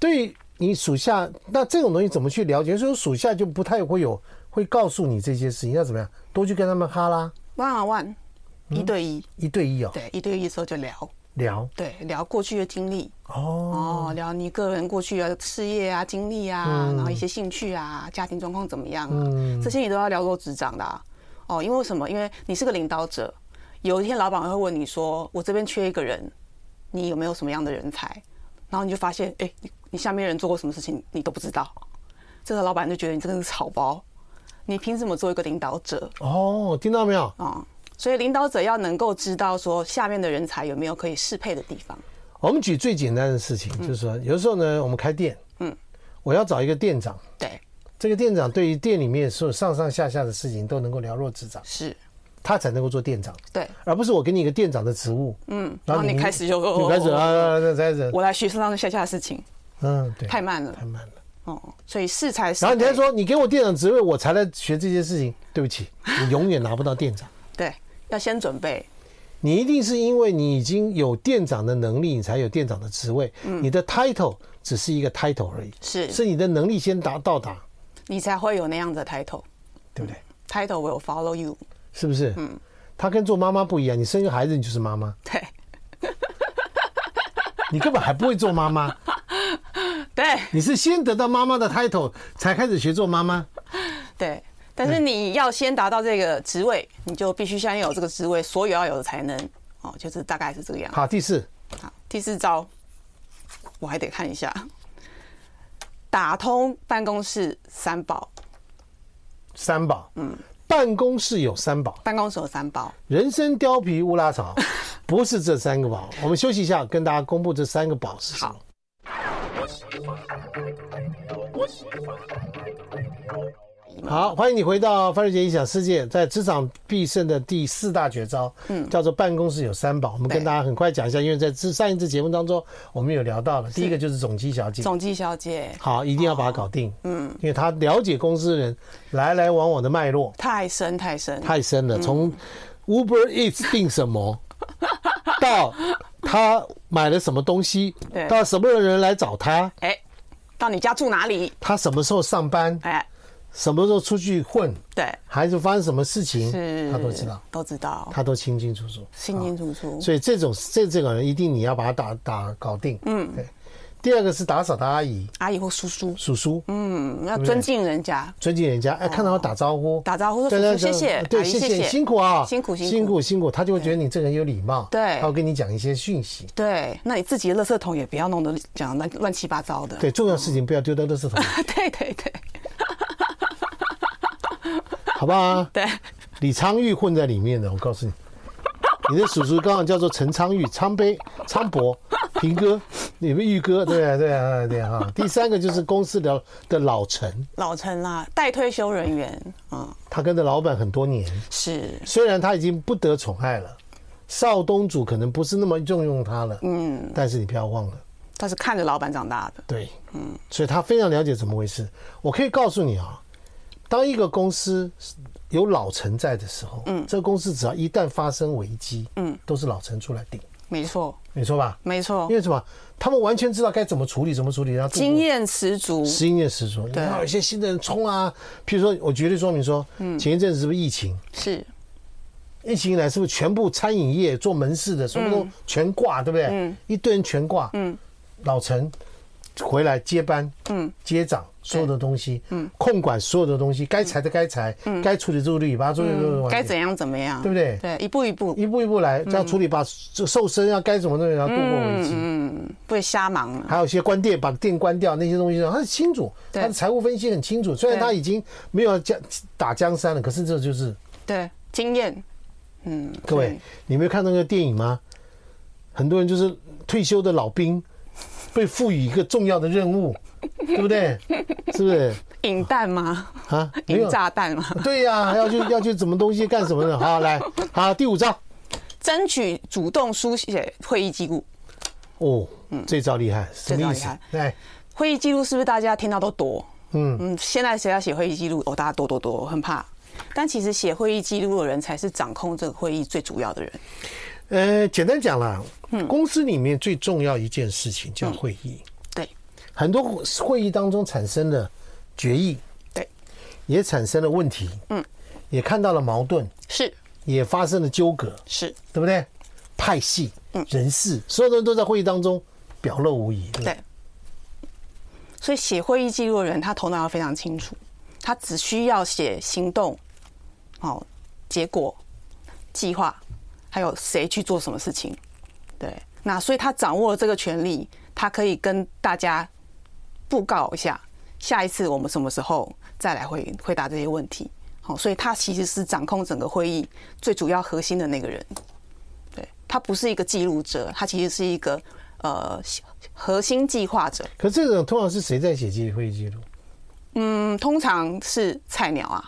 Speaker 1: 对你属下，那这种东西怎么去了解？所以属下就不太会有会告诉你这些事情，要怎么样？多去跟他们哈拉
Speaker 2: 万啊万，一对一，
Speaker 1: 一对一哦
Speaker 2: 对，一对一的时候就聊，
Speaker 1: 聊
Speaker 2: 对，聊过去的经历。
Speaker 1: 哦，
Speaker 2: 哦，聊你个人过去的事业啊、经历啊，然后一些兴趣啊、家庭状况怎么样啊，这些你都要了若指掌的、啊。哦，因为什么？因为你是个领导者，有一天老板会问你说：“我这边缺一个人，你有没有什么样的人才？”然后你就发现，哎、你你下面人做过什么事情你都不知道，这个老板就觉得你真的是草包，你凭什么做一个领导者
Speaker 1: 哦，听到没有？
Speaker 2: 啊、所以领导者要能够知道说下面的人才有没有可以适配的地方。
Speaker 1: 我们举最简单的事情，
Speaker 2: 嗯
Speaker 1: 就是说，有时候呢，我们开店，嗯，我要找一个店长，
Speaker 2: 对，
Speaker 1: 这个店长对于店里面所有上上下下的事情都能够了若指掌，
Speaker 2: 是，
Speaker 1: 他才能够做店长。
Speaker 2: 对。
Speaker 1: 而不是我给你一个店长的职务，嗯，
Speaker 2: 然后你开始就哦
Speaker 1: 你开始啊，啊啊开始，
Speaker 2: 我来学上上下下的事情
Speaker 1: 嗯，对，
Speaker 2: 太慢了
Speaker 1: 太慢了。
Speaker 2: 哦、所以适才适
Speaker 1: 然
Speaker 2: 配。
Speaker 1: 后你还说你给我店长职位，我才来学这些事情。对不起，你永远拿不到店长。
Speaker 2: 对，要先准备，
Speaker 1: 你一定是因为你已经有店长的能力，你才有店长的职位。你的 title 只是一个 title 而已，
Speaker 2: 嗯是
Speaker 1: 是你的能力先达到达，
Speaker 2: 你才会有那样的 title。
Speaker 1: 对不对？
Speaker 2: title 我有 follow you，
Speaker 1: 是不是？嗯。他跟做妈妈不一样，你生个孩子你就是妈妈，
Speaker 2: 对
Speaker 1: 你根本还不会做妈妈，
Speaker 2: 对
Speaker 1: 你是先得到妈妈的 title 才开始学做妈妈。
Speaker 2: 对。但是你要先达到这个职位，你就必须先有这个职位所有要有的才能哦，就是大概是这个样子。
Speaker 1: 好，第四，
Speaker 2: 好，第四招，我还得看一下，打通办公室三宝，
Speaker 1: 三宝，嗯，办公室有三宝，
Speaker 2: 办公室有三宝，
Speaker 1: 人参、貂皮、乌拉 草，不是这三个宝。我们休息一下，跟大家公布这三个宝是什么
Speaker 2: 好。
Speaker 1: 好，欢迎你回到范瑞杰影响世界，在职场必胜的第四大绝招，嗯，叫做办公室有三宝。我们跟
Speaker 2: 对
Speaker 1: 大家很快讲一下，因为在之上一次节目当中，我们有聊到了，第一个就是总机小姐，
Speaker 2: 总机小姐
Speaker 1: 好，一定要把它搞定，嗯，因为她了解公司人来来往往的脉络，
Speaker 2: 太深太深，
Speaker 1: 太深了，从 Uber Eats 订什么，到他买了什么东西
Speaker 2: 对，
Speaker 1: 到什么人来找他，
Speaker 2: 哎，到你家住哪里？
Speaker 1: 他什么时候上班，
Speaker 2: 哎，
Speaker 1: 什么时候出去混，
Speaker 2: 对，
Speaker 1: 孩子发生什么事情
Speaker 2: 是，
Speaker 1: 他都知道，
Speaker 2: 都知道，
Speaker 1: 他都清清楚楚。
Speaker 2: 清清楚楚。
Speaker 1: 所以这种这这种人一定你要把他打打搞定。嗯，对。第二个是打扫的阿姨、
Speaker 2: 阿姨或叔叔，
Speaker 1: 叔叔，
Speaker 2: 嗯，要尊敬人家，
Speaker 1: 尊敬人家，哎，看到他打招呼，
Speaker 2: 打招呼说
Speaker 1: 对对
Speaker 2: 叔叔
Speaker 1: 对
Speaker 2: 谢谢阿
Speaker 1: 对，
Speaker 2: 姨
Speaker 1: 谢
Speaker 2: 谢谢
Speaker 1: 辛苦啊，
Speaker 2: 辛苦辛苦
Speaker 1: 辛苦辛苦，他就会觉得你这个人有礼貌，
Speaker 2: 对
Speaker 1: 他会跟你讲一些讯息。
Speaker 2: 对，那你自己的垃圾桶也不要弄得讲乱乱七八糟的。
Speaker 1: 对，重要事情不要丢到垃圾桶里，
Speaker 2: 对对对
Speaker 1: 好不好啊？
Speaker 2: 对，
Speaker 1: 李昌钰混在里面的，我告诉你，你的叔叔刚好叫做陈昌钰、昌杯、昌伯、平哥，你们玉哥，对啊，对啊，对啊。第三个就是公司的的老陈，
Speaker 2: 老陈啦，待退休人员，嗯，
Speaker 1: 他跟着老板很多年，
Speaker 2: 是
Speaker 1: 虽然他已经不得宠爱了，少东主可能不是那么重用他了，嗯，但是你不要忘了，
Speaker 2: 他是看着老板长大的，
Speaker 1: 对，嗯，所以他非常了解怎么回事。我可以告诉你啊，当一个公司有老陈在的时候，嗯，这个公司只要一旦发生危机，嗯，都是老陈出来顶，
Speaker 2: 没错
Speaker 1: 没错吧？
Speaker 2: 没错
Speaker 1: 因，为什么？他们完全知道该怎么处理，怎么处理，然后度过
Speaker 2: 经验十足，
Speaker 1: 经验十足。
Speaker 2: 对
Speaker 1: 然后有一些新的人冲啊，譬如说，我举例说明说，嗯，前一阵子是不是疫情？
Speaker 2: 是
Speaker 1: 疫情以来，是不是全部餐饮业做门市的，什么都全挂，对不对？一堆人全挂。嗯，老陈回来接班，嗯，接掌所有的东西，嗯，控管所有的东西，该裁的该裁，该处理的处理，把它处理处理完
Speaker 2: 嗯该怎样嗯怎么样，
Speaker 1: 对不对
Speaker 2: 对，一步一步，
Speaker 1: 一步一步来，这样处理，把这瘦身要该怎么弄，然后度过危机。
Speaker 2: 嗯不会瞎忙啊了，
Speaker 1: 还有一些关店，把店关掉那些东西，他很清楚，
Speaker 2: 嗯对
Speaker 1: 他的财务分析很清楚。虽然
Speaker 2: 对
Speaker 1: 他已经没有江打江山了，可是这就是
Speaker 2: 对，经验，嗯，
Speaker 1: 各位，你没有看那个电影吗？很多人就是退休的老 兵，被赋予一个重要的任务，对不对？是不是
Speaker 2: 引弹吗？
Speaker 1: 啊？ 没
Speaker 2: 引
Speaker 1: 有，
Speaker 2: 炸 弹 吗？
Speaker 1: 对呀、要去要去怎么东西干什么的？好，来，好，第五招
Speaker 2: 争取主动书写会议记录，
Speaker 1: 哦，这招厉害，什么意
Speaker 2: 嗯这招
Speaker 1: 思
Speaker 2: 厉害？
Speaker 1: 对，
Speaker 2: 会议记录是不是大家听到都多？
Speaker 1: 嗯
Speaker 2: 嗯，现在谁要写会议记录？哦，大家多多多，很怕。但其实写会议记录的人才是掌控这个会议最主要的人。嗯
Speaker 1: 呃，简单讲啦，公司里面最重要一件事情
Speaker 2: 嗯
Speaker 1: 叫会议。
Speaker 2: 对
Speaker 1: 很多会议当中产生了决议，
Speaker 2: 对，
Speaker 1: 也产生了问题，嗯，也看到了矛盾，
Speaker 2: 是
Speaker 1: 也发生了纠葛，
Speaker 2: 是，
Speaker 1: 对不对？派系、
Speaker 2: 嗯
Speaker 1: 人事，所有的人都在会议当中表露无遗，对不对
Speaker 2: 对。所以写会议记录的人，他头脑要非常清楚，他只需要写行动、哦结果、计划，还有谁去做什么事情。对，那所以他掌握了这个权利，他可以跟大家布告一下，下一次我们什么时候再来回回答这些问题。好、所以他其实是掌控整个会议最主要核心的那个人。对，他不是一个记录者，他其实是一个呃核心计划者。
Speaker 1: 可这种通常是谁在写记会议记录？
Speaker 2: 嗯，通常是菜鸟啊，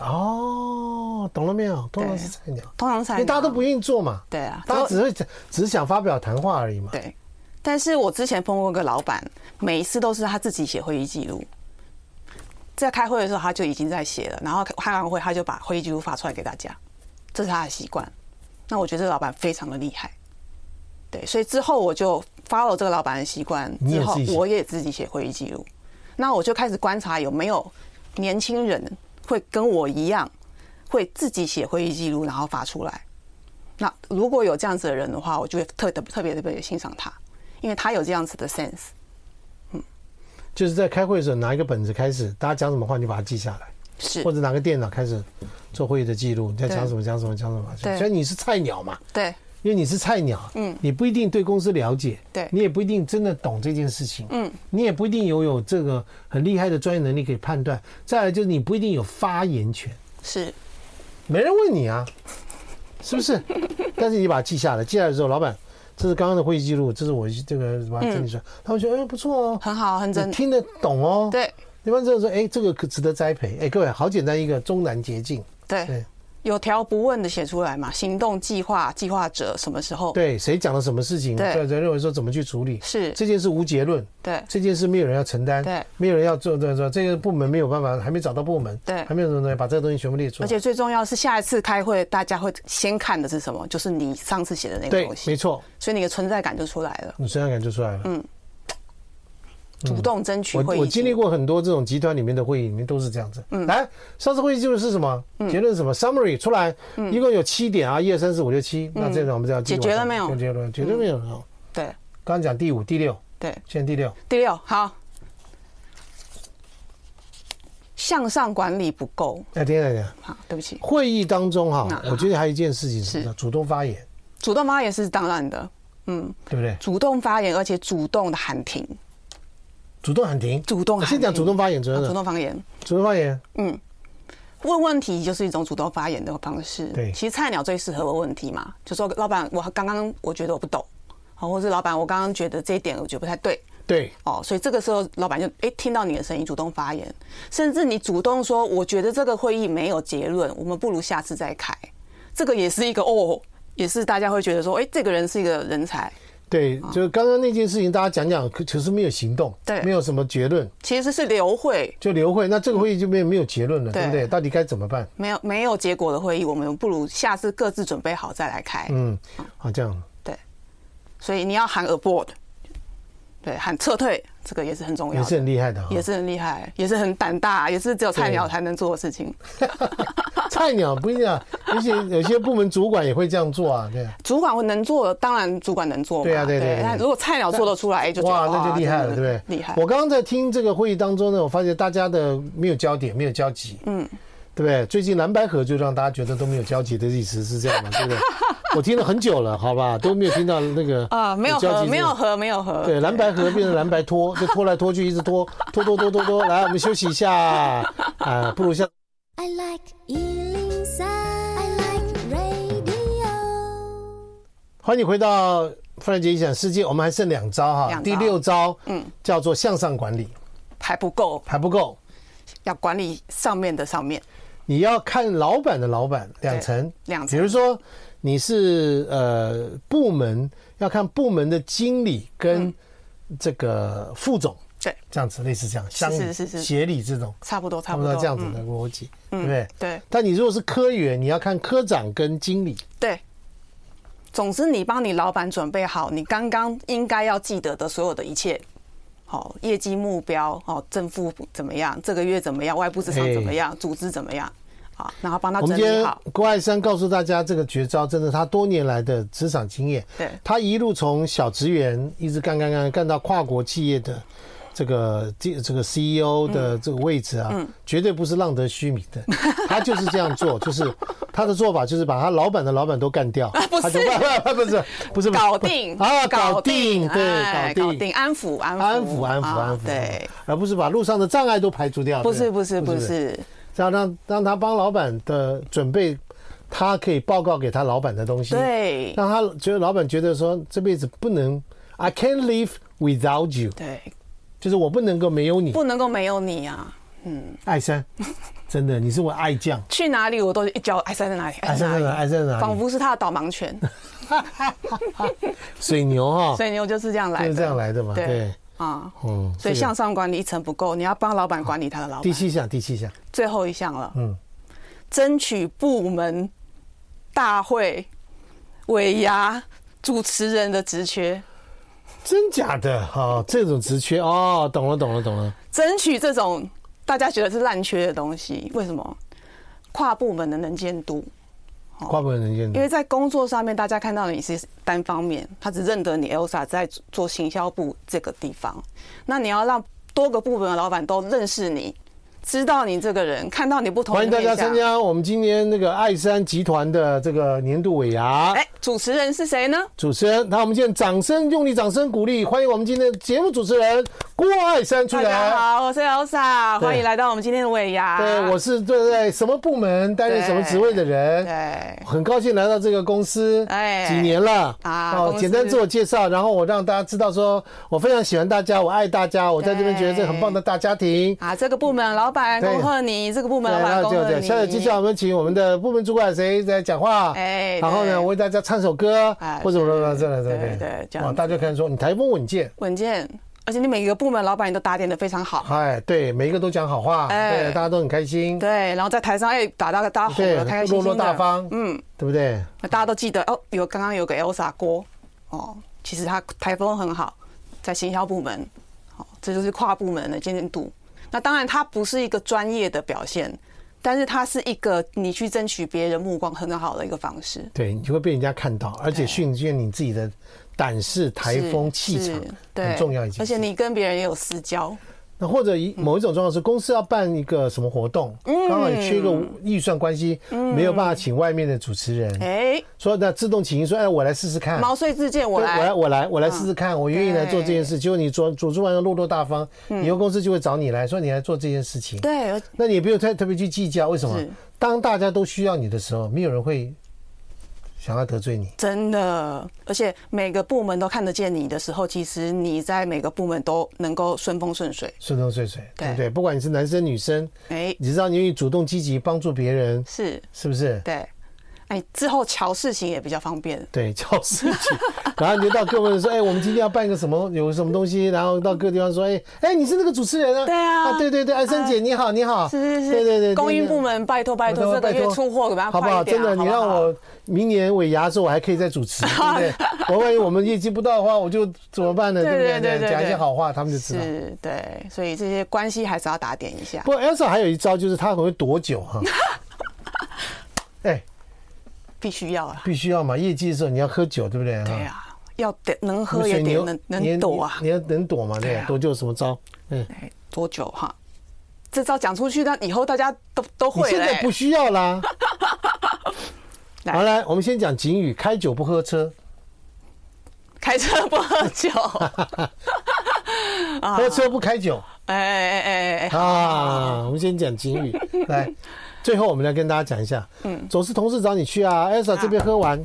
Speaker 1: 哦，懂了没有？通常是菜鸟，
Speaker 2: 通常是菜
Speaker 1: 因为
Speaker 2: 鸟，啊
Speaker 1: 大家都不愿意做嘛，
Speaker 2: 对啊
Speaker 1: 大家只会只是想发表谈话而已嘛。
Speaker 2: 对。但是我之前碰过一个老板，每一次都是他自己写会议记录，在开会的时候他就已经在写了，然后开完会他就把会议记录发出来给大家，这是他的习惯。那我觉得这个老板非常的厉害，对，所以之后我就 follow 这个老板的习惯，
Speaker 1: 你也
Speaker 2: 之后
Speaker 1: 自己写
Speaker 2: 我也自己写会议记录，那我就开始观察有没有年轻人会跟我一样，会自己写会议记录然后发出来。那如果有这样子的人的话，我就会特特特别特别欣赏他，因为他有这样子的 sense。
Speaker 1: 就是在开会的时候拿一个本子开始，大家讲什么话你把它记下来。
Speaker 2: 是
Speaker 1: 或，者拿个电脑开始做会议的记录，你在
Speaker 2: 对
Speaker 1: 讲什么讲什么讲什么。
Speaker 2: 对
Speaker 1: 所以你是菜鸟嘛，
Speaker 2: 对
Speaker 1: 因为你是菜鸟，嗯，你不一定对公司了解，
Speaker 2: 对
Speaker 1: 你也不一定真的懂这件事情，
Speaker 2: 嗯，
Speaker 1: 你也不一定拥有这个很厉害的专业能力可以判断。再来就是你不一定有发言权，
Speaker 2: 是，
Speaker 1: 没人问你啊，是不是？ 但是你把它记下来，记下来之后，老板，这是刚刚的会议记录，这是我这个把它整理出来，他们说，哎，不错哦，
Speaker 2: 嗯很好，很
Speaker 1: 你
Speaker 2: 真，
Speaker 1: 听得懂哦，，
Speaker 2: 对哦
Speaker 1: 一般这种说，哎，这个可值得栽培，哎，各位，好简单一个中南捷径。
Speaker 2: 对
Speaker 1: 对
Speaker 2: 有条不紊的写出来嘛，行动计划、计划者什么时候？
Speaker 1: 对，谁讲了什么事情，
Speaker 2: 对
Speaker 1: 专家认为说怎么去处理，
Speaker 2: 是
Speaker 1: 这件事无结论，
Speaker 2: 对
Speaker 1: 这件事没有人要承担，
Speaker 2: 对
Speaker 1: 没有人要做，对对，这个部门没有办法，还没找到部门，
Speaker 2: 对
Speaker 1: 还没有什么东西，把这个东西全部列出
Speaker 2: 而
Speaker 1: 来，
Speaker 2: 且最重要是，下一次开会大家会先看的是什么？就是你上次写的那个
Speaker 1: 对
Speaker 2: 东，西
Speaker 1: 没，错，
Speaker 2: 所以你的存在感就出来了，
Speaker 1: 你存在感就出来了。
Speaker 2: 主动争取会
Speaker 1: 嗯我
Speaker 2: 议。嗯
Speaker 1: 我经历，过很多这种集团里面的会议，里面都是这样子。来，上次会议记录是什么？结论是什么？summary 出来，一共有七点啊，一二三四五六七。那这种我们叫
Speaker 2: 嗯解决了没有嗯
Speaker 1: 解决了，解决没有？好，
Speaker 2: 对
Speaker 1: 刚刚讲第五、第六，
Speaker 2: 对。
Speaker 1: 现在第六，
Speaker 2: 第六，好，向上管理不够。
Speaker 1: 哎，等一下等一下，
Speaker 2: 好，对不起，
Speaker 1: 会议当中哈
Speaker 2: 啊，
Speaker 1: 我觉得还有一件事情是什么主动发言，
Speaker 2: 主动发言是当然的，嗯，
Speaker 1: 对不对？
Speaker 2: 主动发言，而且主动的喊停，
Speaker 1: 主动喊停，
Speaker 2: 主动
Speaker 1: 我
Speaker 2: 喊
Speaker 1: 先讲
Speaker 2: 停
Speaker 1: 主动发言，主
Speaker 2: 啊
Speaker 1: 任
Speaker 2: 主
Speaker 1: 的
Speaker 2: 动发言。
Speaker 1: 主动发言，
Speaker 2: 问问题就是一种主动发言的方式。
Speaker 1: 对
Speaker 2: 其实菜鸟最适合问问题嘛，就说老板，我刚刚我觉得我不懂，好，或是老板，我刚刚觉得这一点我觉得不太对，
Speaker 1: 对，
Speaker 2: 哦，所以这个时候老板就诶听到你的声音，主动发言，甚至你主动说，我觉得这个会议没有结论，我们不如下次再开。这个也是一个哦，也是大家会觉得说，诶，这个人是一个人才，
Speaker 1: 对，就是刚刚那件事情，大家讲讲，可可是没有行动，
Speaker 2: 啊对
Speaker 1: 没有什么结论，
Speaker 2: 其实是流会
Speaker 1: 就留会，那这个会议就没有没有结论了，
Speaker 2: 对
Speaker 1: 对不对？到底该怎么办？
Speaker 2: 没有没有结果的会议，我们不如下次各自准备好再来开。
Speaker 1: 嗯，好，这样。
Speaker 2: 对，所以你要喊 abort，对，喊撤退，这个也是很重要
Speaker 1: 也是
Speaker 2: 的。
Speaker 1: 很厉害的哈、
Speaker 2: 也是很厉害，也是很胆大，也是只有菜鸟
Speaker 1: 对
Speaker 2: 才能做的事情。
Speaker 1: 菜鸟不一定啊，而且有些部门主管也会这样做啊，对啊，
Speaker 2: 主管会能做，当然主管能做嘛。
Speaker 1: 对啊对对对
Speaker 2: 但如果菜鸟做得出来，哎就觉得
Speaker 1: 哇，那就厉害了，对
Speaker 2: 真
Speaker 1: 不
Speaker 2: 的
Speaker 1: 对？
Speaker 2: 厉害。
Speaker 1: 我刚刚在听这个会议当中呢，我发现大家的没有焦点，没有交集，嗯，对不对？最近蓝白河就让大家觉得都没有交集的意思是这 样嘛，对不对？我听了很久了，好吧，都没有听到那个
Speaker 2: 啊，没有
Speaker 1: 交
Speaker 2: 合，
Speaker 1: 集
Speaker 2: 没有
Speaker 1: 这个
Speaker 2: 合，没有合。
Speaker 1: 对，蓝白河变成蓝白拖，就拖来拖去，一直拖，拖拖拖拖拖。来，我们休息一下啊，不如下。
Speaker 3: I like Ealing Sound. I like radio.
Speaker 1: 欢迎回到范姐影响世界，我们还剩两招哈，
Speaker 2: 两
Speaker 1: 第
Speaker 2: 招
Speaker 1: 六招，嗯，叫做向上管理，
Speaker 2: 还不够，
Speaker 1: 还不够，
Speaker 2: 要管理上面的上面。
Speaker 1: 你要看老板的老板两层，
Speaker 2: 两
Speaker 1: 比
Speaker 2: 层
Speaker 1: 如说你是呃部门，要看部门的经理跟
Speaker 2: 嗯
Speaker 1: 这个副总
Speaker 2: 对，
Speaker 1: 这样子，类似这样，相
Speaker 2: 是是是
Speaker 1: 协理这种，
Speaker 2: 差不多，
Speaker 1: 差
Speaker 2: 差
Speaker 1: 不
Speaker 2: 不
Speaker 1: 多
Speaker 2: 多
Speaker 1: 这样子
Speaker 2: 嗯
Speaker 1: 的逻辑，对不对？
Speaker 2: 对
Speaker 1: 但你如果是科员，你要看科长跟经理，
Speaker 2: 对。总之，你帮你老板准备好你刚刚应该要记得的所有的一切，好、业绩目标，哦，正负怎么样，这个月怎么样，外部市场怎么样，组织怎么样，好，然后帮他
Speaker 1: 我
Speaker 2: 整
Speaker 1: 们今
Speaker 2: 理
Speaker 1: 天
Speaker 2: 好。
Speaker 1: 郭爱山告诉大家这个绝招，真的他多年来的职场经验，
Speaker 2: 对
Speaker 1: 他一路从小职员一直干干干干到跨国企业的这个这这个 CEO 的这个位置啊，
Speaker 2: 嗯
Speaker 1: 绝对不是浪得虚名的。 他就是这样做，就是他的做法就是把他老板的老板都干掉，
Speaker 2: 啊不是
Speaker 1: 他就 不是不是不是
Speaker 2: 搞定
Speaker 1: 啊，搞定，
Speaker 2: 哎
Speaker 1: 对，
Speaker 2: 搞定，安抚安抚
Speaker 1: 安抚安抚
Speaker 2: 啊
Speaker 1: 安抚，
Speaker 2: 对，，
Speaker 1: 而不是把路上的障碍都排除掉。
Speaker 2: 不
Speaker 1: 对
Speaker 2: 是不是不是，
Speaker 1: 这样让让他帮老板的准备，他可以报告给他老板的东西，，
Speaker 2: 对
Speaker 1: 让他觉得老板觉得说这辈子不能，I can't live without you，
Speaker 2: 对，
Speaker 1: 就是我不能够没有你。
Speaker 2: 不能够没有你啊！
Speaker 1: 艾 山，真的，你是我爱将，
Speaker 2: 去哪里我都一脚爱哎塞在哪里，
Speaker 1: 艾
Speaker 2: 爱
Speaker 1: 山哎在哪？艾山在哪
Speaker 2: 仿
Speaker 1: 里？
Speaker 2: 佛是他的导 盲犬，
Speaker 1: 水牛 哈，
Speaker 2: 所以牛就是这样来的，
Speaker 1: 就是这样来的嘛，
Speaker 2: 对
Speaker 1: 对，
Speaker 2: 啊。
Speaker 1: 嗯，这
Speaker 2: 所以
Speaker 1: 个
Speaker 2: 向上管理一层不够，你要帮老板管理他的老
Speaker 1: 第
Speaker 2: 板。
Speaker 1: 七项，第七项，
Speaker 2: 最后一项了，
Speaker 1: 嗯
Speaker 2: 嗯，争取部门大会尾牙主持人的职缺，
Speaker 1: 真假的哈，这种职缺哦，懂了，懂了，懂了，
Speaker 2: 争取这种大家觉得是烂缺的东西，为什么？跨部门的能监督，
Speaker 1: 跨部门人员
Speaker 2: 因
Speaker 1: 的
Speaker 2: 为在工作上面，大家看到你是单方面，他只认得你 Elsa 在做行销部这个地方。那你要让多个部门的老板都认识你，知道你这个人，看到你不同的
Speaker 1: 欢迎大家
Speaker 2: 面相
Speaker 1: 参。加我们今年那个爱山集团的这个年度尾牙。
Speaker 2: 哎，主持人是谁呢？
Speaker 1: 主持人，那我们今天掌声，用力掌声鼓励，欢迎我们今天的节目主持人郭爱山出
Speaker 2: 大家
Speaker 1: 来。
Speaker 2: 好，我是 Elsa，
Speaker 1: 对
Speaker 2: 欢迎来到我们今天的尾牙。
Speaker 1: 对，我是对对什么部门担任什么职位的人，
Speaker 2: 对
Speaker 1: 很高兴来到这个公司，
Speaker 2: 哎
Speaker 1: 几年了哦
Speaker 2: 啊公司
Speaker 1: 简单自我介绍，然后我让大家知道说我非常喜欢大家，我爱大家，我在这边觉得这很棒的大家庭。
Speaker 2: 啊，这个部门老板，
Speaker 1: 对
Speaker 2: 恭贺你；这个部门老板，
Speaker 1: 那
Speaker 2: 恭
Speaker 1: 就
Speaker 2: 贺
Speaker 1: 对，
Speaker 2: 你。
Speaker 1: 下次接下来我们请我们的部门主管谁来讲话，
Speaker 2: 哎
Speaker 1: 然后
Speaker 2: 对
Speaker 1: 呢，我为大家唱首歌
Speaker 2: 哎，
Speaker 1: 或者什么
Speaker 2: 对
Speaker 1: 这样对
Speaker 2: 对对这样
Speaker 1: 哇，
Speaker 2: 子
Speaker 1: 大家可能说你台风稳健，
Speaker 2: 稳健，而且你每一个部门老板你都打点的非常好，
Speaker 1: 哎，对，每一个都讲好话，
Speaker 2: 哎
Speaker 1: 对，大家都很开心，
Speaker 2: 对，然后在台上哎打到大家红
Speaker 1: 对
Speaker 2: 了，开开心
Speaker 1: 落
Speaker 2: 心的，
Speaker 1: 落大方
Speaker 2: 嗯，
Speaker 1: 对不对？
Speaker 2: 那大家都记得哦，有刚刚有个 Elsa 郭哦，其实他台风很好，在行销部门，哦，这就是跨部门的监督。那当然，它不是一个专业的表现，但是它是一个你去争取别人目光很好的一个方式。
Speaker 1: 对，你就会被人家看到，而且训练你自己的胆识、台风、
Speaker 2: 是
Speaker 1: 气场
Speaker 2: 是，对
Speaker 1: 很重要一件
Speaker 2: 而且
Speaker 1: 事。
Speaker 2: 你跟别人也有私交，
Speaker 1: 那或者一某一种状况是公司要办一个什么活动，
Speaker 2: 嗯
Speaker 1: 刚好也缺一个预算关系，没有办法请外面的主持人，
Speaker 2: 哎，
Speaker 1: 所以呢自动请缨说：“哎，我来试试看。”
Speaker 2: 毛遂自荐，我
Speaker 1: 对，我
Speaker 2: 来嗯
Speaker 1: 来，，我来，我来试试看，我愿意来做这件事。结果你做做做完又落落大方，
Speaker 2: 嗯
Speaker 1: 以后公司就会找你来说你来做这件事情。
Speaker 2: 对，而
Speaker 1: 那你也不用太特别去计较，为什么
Speaker 2: 是？
Speaker 1: 当大家都需要你的时候，没有人会想要得罪你。
Speaker 2: 真的，而且每个部门都看得见你的时候，其实你在每个部门都能够顺风顺水。
Speaker 1: 顺风顺水，对不
Speaker 2: 对
Speaker 1: 对？不管你是男生女生，
Speaker 2: 哎，
Speaker 1: 你知道你愿意主动积极帮助别人，
Speaker 2: 是
Speaker 1: 是不是？
Speaker 2: 对，哎，之后瞧事情也比较方便。
Speaker 1: 对， 叫事情，然后你就到各部门说，哎，我们今天要办个什么，有什么东西，然后到各地方说，哎，哎，你是那个主持人啊？
Speaker 2: 对啊
Speaker 1: 对对对，哎，森姐你好，你好，
Speaker 2: 是是是，
Speaker 1: 对对对，
Speaker 2: 供应
Speaker 1: 对对
Speaker 2: 部门拜托拜
Speaker 1: 拜
Speaker 2: 托，
Speaker 1: 托
Speaker 2: 这个
Speaker 1: 拜
Speaker 2: 月
Speaker 1: 托
Speaker 2: 出货给它
Speaker 1: 好不
Speaker 2: 快
Speaker 1: 好？
Speaker 2: 一点
Speaker 1: 真
Speaker 2: 啊，
Speaker 1: 的，你
Speaker 2: 好不
Speaker 1: 让
Speaker 2: 好
Speaker 1: 我明年尾牙的时候我还可以再主 持，对不对？我万一我们业绩不到的话，我就怎么办呢？
Speaker 2: 对
Speaker 1: 对不
Speaker 2: 对对对
Speaker 1: 讲一些
Speaker 2: 对
Speaker 1: 好话，他们就知道。
Speaker 2: 是对，所以这些关系还是要打点一下。
Speaker 1: 不过 Elsa 还有一招，就是她很会躲酒 哈。哎，
Speaker 2: 必须要啊，
Speaker 1: 必须要嘛，业绩的时候你要喝酒，对不对？
Speaker 2: 对
Speaker 1: 哈
Speaker 2: 啊，要得能喝
Speaker 1: 所以
Speaker 2: 也
Speaker 1: 嗯你
Speaker 2: 得
Speaker 1: 又
Speaker 2: 能
Speaker 1: 你
Speaker 2: 能
Speaker 1: 也
Speaker 2: 躲啊
Speaker 1: 你，要能躲嘛，对
Speaker 2: 对
Speaker 1: 啊
Speaker 2: 啊，
Speaker 1: 躲就有什么招？嗯，
Speaker 2: 哎，多久哈？这招讲出去，那以后大家都都
Speaker 1: 你
Speaker 2: 会
Speaker 1: 现
Speaker 2: 了
Speaker 1: 在
Speaker 2: 欸。
Speaker 1: 不需要 啦。
Speaker 2: 来
Speaker 1: 好来，我们先讲警语：开酒不喝车，
Speaker 2: 开车不 喝酒，啊
Speaker 1: 喝车不开酒
Speaker 2: 哎哎哎哎哎，
Speaker 1: 啊。我们先讲 警语，来，最后我们来跟大家讲一下，嗯，总是同事找你去啊，Elsa 嗯这边喝完，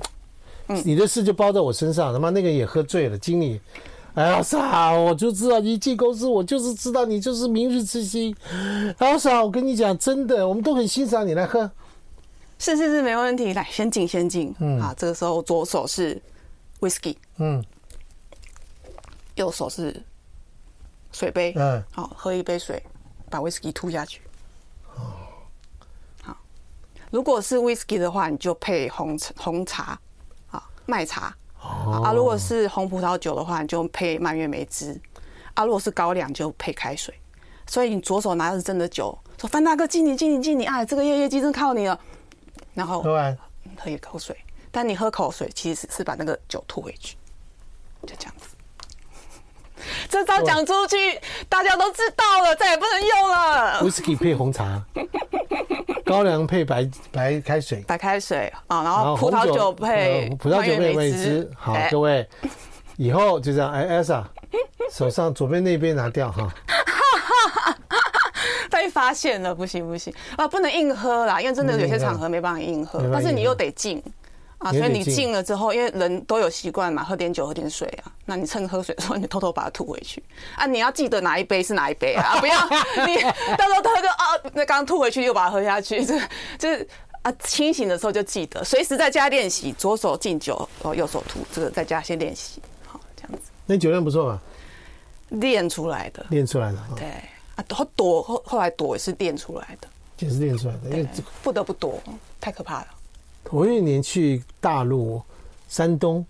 Speaker 1: 你的事就包在我身上，他妈那个也喝醉了，经理。哎呀，傻！我就知道你一进公司，我就是知道你就是明日之星。哎呀，傻！我跟你讲，真的，我们都很欣赏你。来喝，
Speaker 2: 是是是，没问题。来，先进先进。嗯，好，这个时候左手是 whisky，
Speaker 1: 嗯
Speaker 2: 右手是水杯。
Speaker 1: 嗯，
Speaker 2: 好，喝一杯水，把 whisky 吐下去。好，如果是 whisky 的话，你就配红茶红茶，啊，麦茶。啊，如果
Speaker 1: 哦
Speaker 2: 是红葡萄酒的话，你就配蔓越莓汁。啊，如果是高粱，就配开水。所以你左手拿的是真的酒，说范大哥敬你敬你敬你，哎，这个月业绩真靠你了。然后
Speaker 1: 喝完
Speaker 2: 喝一口水，但你喝口水其实是把那个酒吐回去，就这样子。 这招讲出去，大家都知道了，再也不能用了。
Speaker 1: whisky 配红 茶，高粱配白白开水，
Speaker 2: 白开水啊，然
Speaker 1: 然
Speaker 2: 后葡萄
Speaker 1: 红
Speaker 2: 酒
Speaker 1: 呃
Speaker 2: 配
Speaker 1: 葡萄酒配
Speaker 2: 蔓
Speaker 1: 梅
Speaker 2: 越莓
Speaker 1: 汁。好，
Speaker 2: 哎
Speaker 1: 各位，以后就这样。哎，Elsa，手 上左边那边拿掉哈。
Speaker 2: 被发现了，不行不行啊，不能硬喝啦，因为真的有些场合没办法硬喝
Speaker 1: 嗯没，办法
Speaker 2: 但是你
Speaker 1: 硬喝
Speaker 2: 又得敬啊，
Speaker 1: 你
Speaker 2: 所
Speaker 1: 又
Speaker 2: 以
Speaker 1: 得
Speaker 2: 你
Speaker 1: 敬
Speaker 2: 敬了之后，因为人都有习惯嘛，喝点酒喝点水啊，那你趁喝水的时候，你偷偷把它吐回去啊，你要记得哪一杯是哪一杯啊，不 要你到时候他就啊，那刚吐回去又把它喝下去， 这这。啊，清醒的时候就记得，随时在家练习，左手敬酒，然后右手吐，这个在家先练习，好，这样子
Speaker 1: 那酒量不错嘛，
Speaker 2: 练出来的。
Speaker 1: 练出来了，
Speaker 2: 对啊，后躲后后来躲也是练出来的。
Speaker 1: 也是练出来的。因为这
Speaker 2: 不得不躲，太可怕了。
Speaker 1: 我有一年去大陆山东，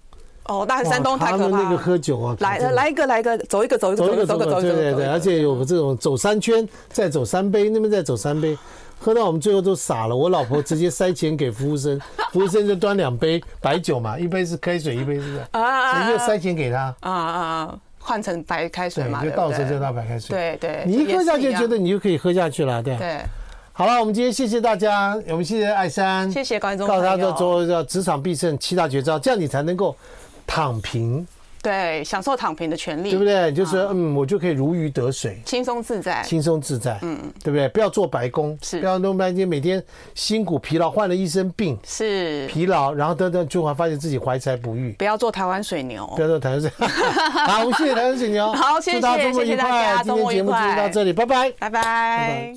Speaker 2: 哦，那山东
Speaker 1: 哇
Speaker 2: 太
Speaker 1: 他
Speaker 2: 可
Speaker 1: 们
Speaker 2: 怕
Speaker 1: 那
Speaker 2: 了。
Speaker 1: 个喝酒啊，
Speaker 2: 来
Speaker 1: 真的
Speaker 2: 来一个来一个，走一个走一个
Speaker 1: 走一个走
Speaker 2: 走
Speaker 1: 一
Speaker 2: 一个走
Speaker 1: 个，
Speaker 2: 一
Speaker 1: 对
Speaker 2: 个走一
Speaker 1: 对
Speaker 2: 个
Speaker 1: 对，而且有这种走三圈，再走三杯，那边再走三杯，喝到我们最后都傻了。我老婆直接塞钱给服务生，服务生就端两杯白酒嘛，一杯是开水，一杯是
Speaker 2: 啊啊 啊
Speaker 1: 直接塞钱给他，
Speaker 2: 啊啊啊，换成白开水
Speaker 1: 对
Speaker 2: 嘛，，
Speaker 1: 就
Speaker 2: 对
Speaker 1: 倒
Speaker 2: 不
Speaker 1: 水
Speaker 2: 对？
Speaker 1: 就倒白开水。
Speaker 2: 对对，
Speaker 1: 你一喝下去
Speaker 2: 也是样
Speaker 1: 觉得你就可以喝下去了，对。
Speaker 2: 对，
Speaker 1: 好了，我们今天谢谢大家，我们谢谢艾珊，
Speaker 2: 谢谢观众
Speaker 1: 告诉大
Speaker 2: 朋
Speaker 1: 家
Speaker 2: 友
Speaker 1: 做叫职场必胜七大绝招，这样你才能够躺平，
Speaker 2: 对，享受躺平的权利，
Speaker 1: 对不？对？就是
Speaker 2: 啊
Speaker 1: 嗯，我就可以如鱼得水。
Speaker 2: 轻松自在，
Speaker 1: 轻松自在，嗯，对不对？不要做白工，
Speaker 2: 是
Speaker 1: 不要弄半天每天辛苦疲劳，患了一身病，
Speaker 2: 是
Speaker 1: 疲劳，然后等等，就还发现自己怀才不遇。
Speaker 2: 不要做台湾水牛
Speaker 1: 不。要说台湾水， 好，我们谢谢台湾水牛，
Speaker 2: 好谢谢
Speaker 1: 祝大家周末
Speaker 2: 谢
Speaker 1: 愉
Speaker 2: 谢大家
Speaker 1: 快。今
Speaker 2: 周末
Speaker 1: 天
Speaker 2: 愉
Speaker 1: 节目就
Speaker 2: 快
Speaker 1: 到这里，拜拜，拜
Speaker 2: 拜拜。。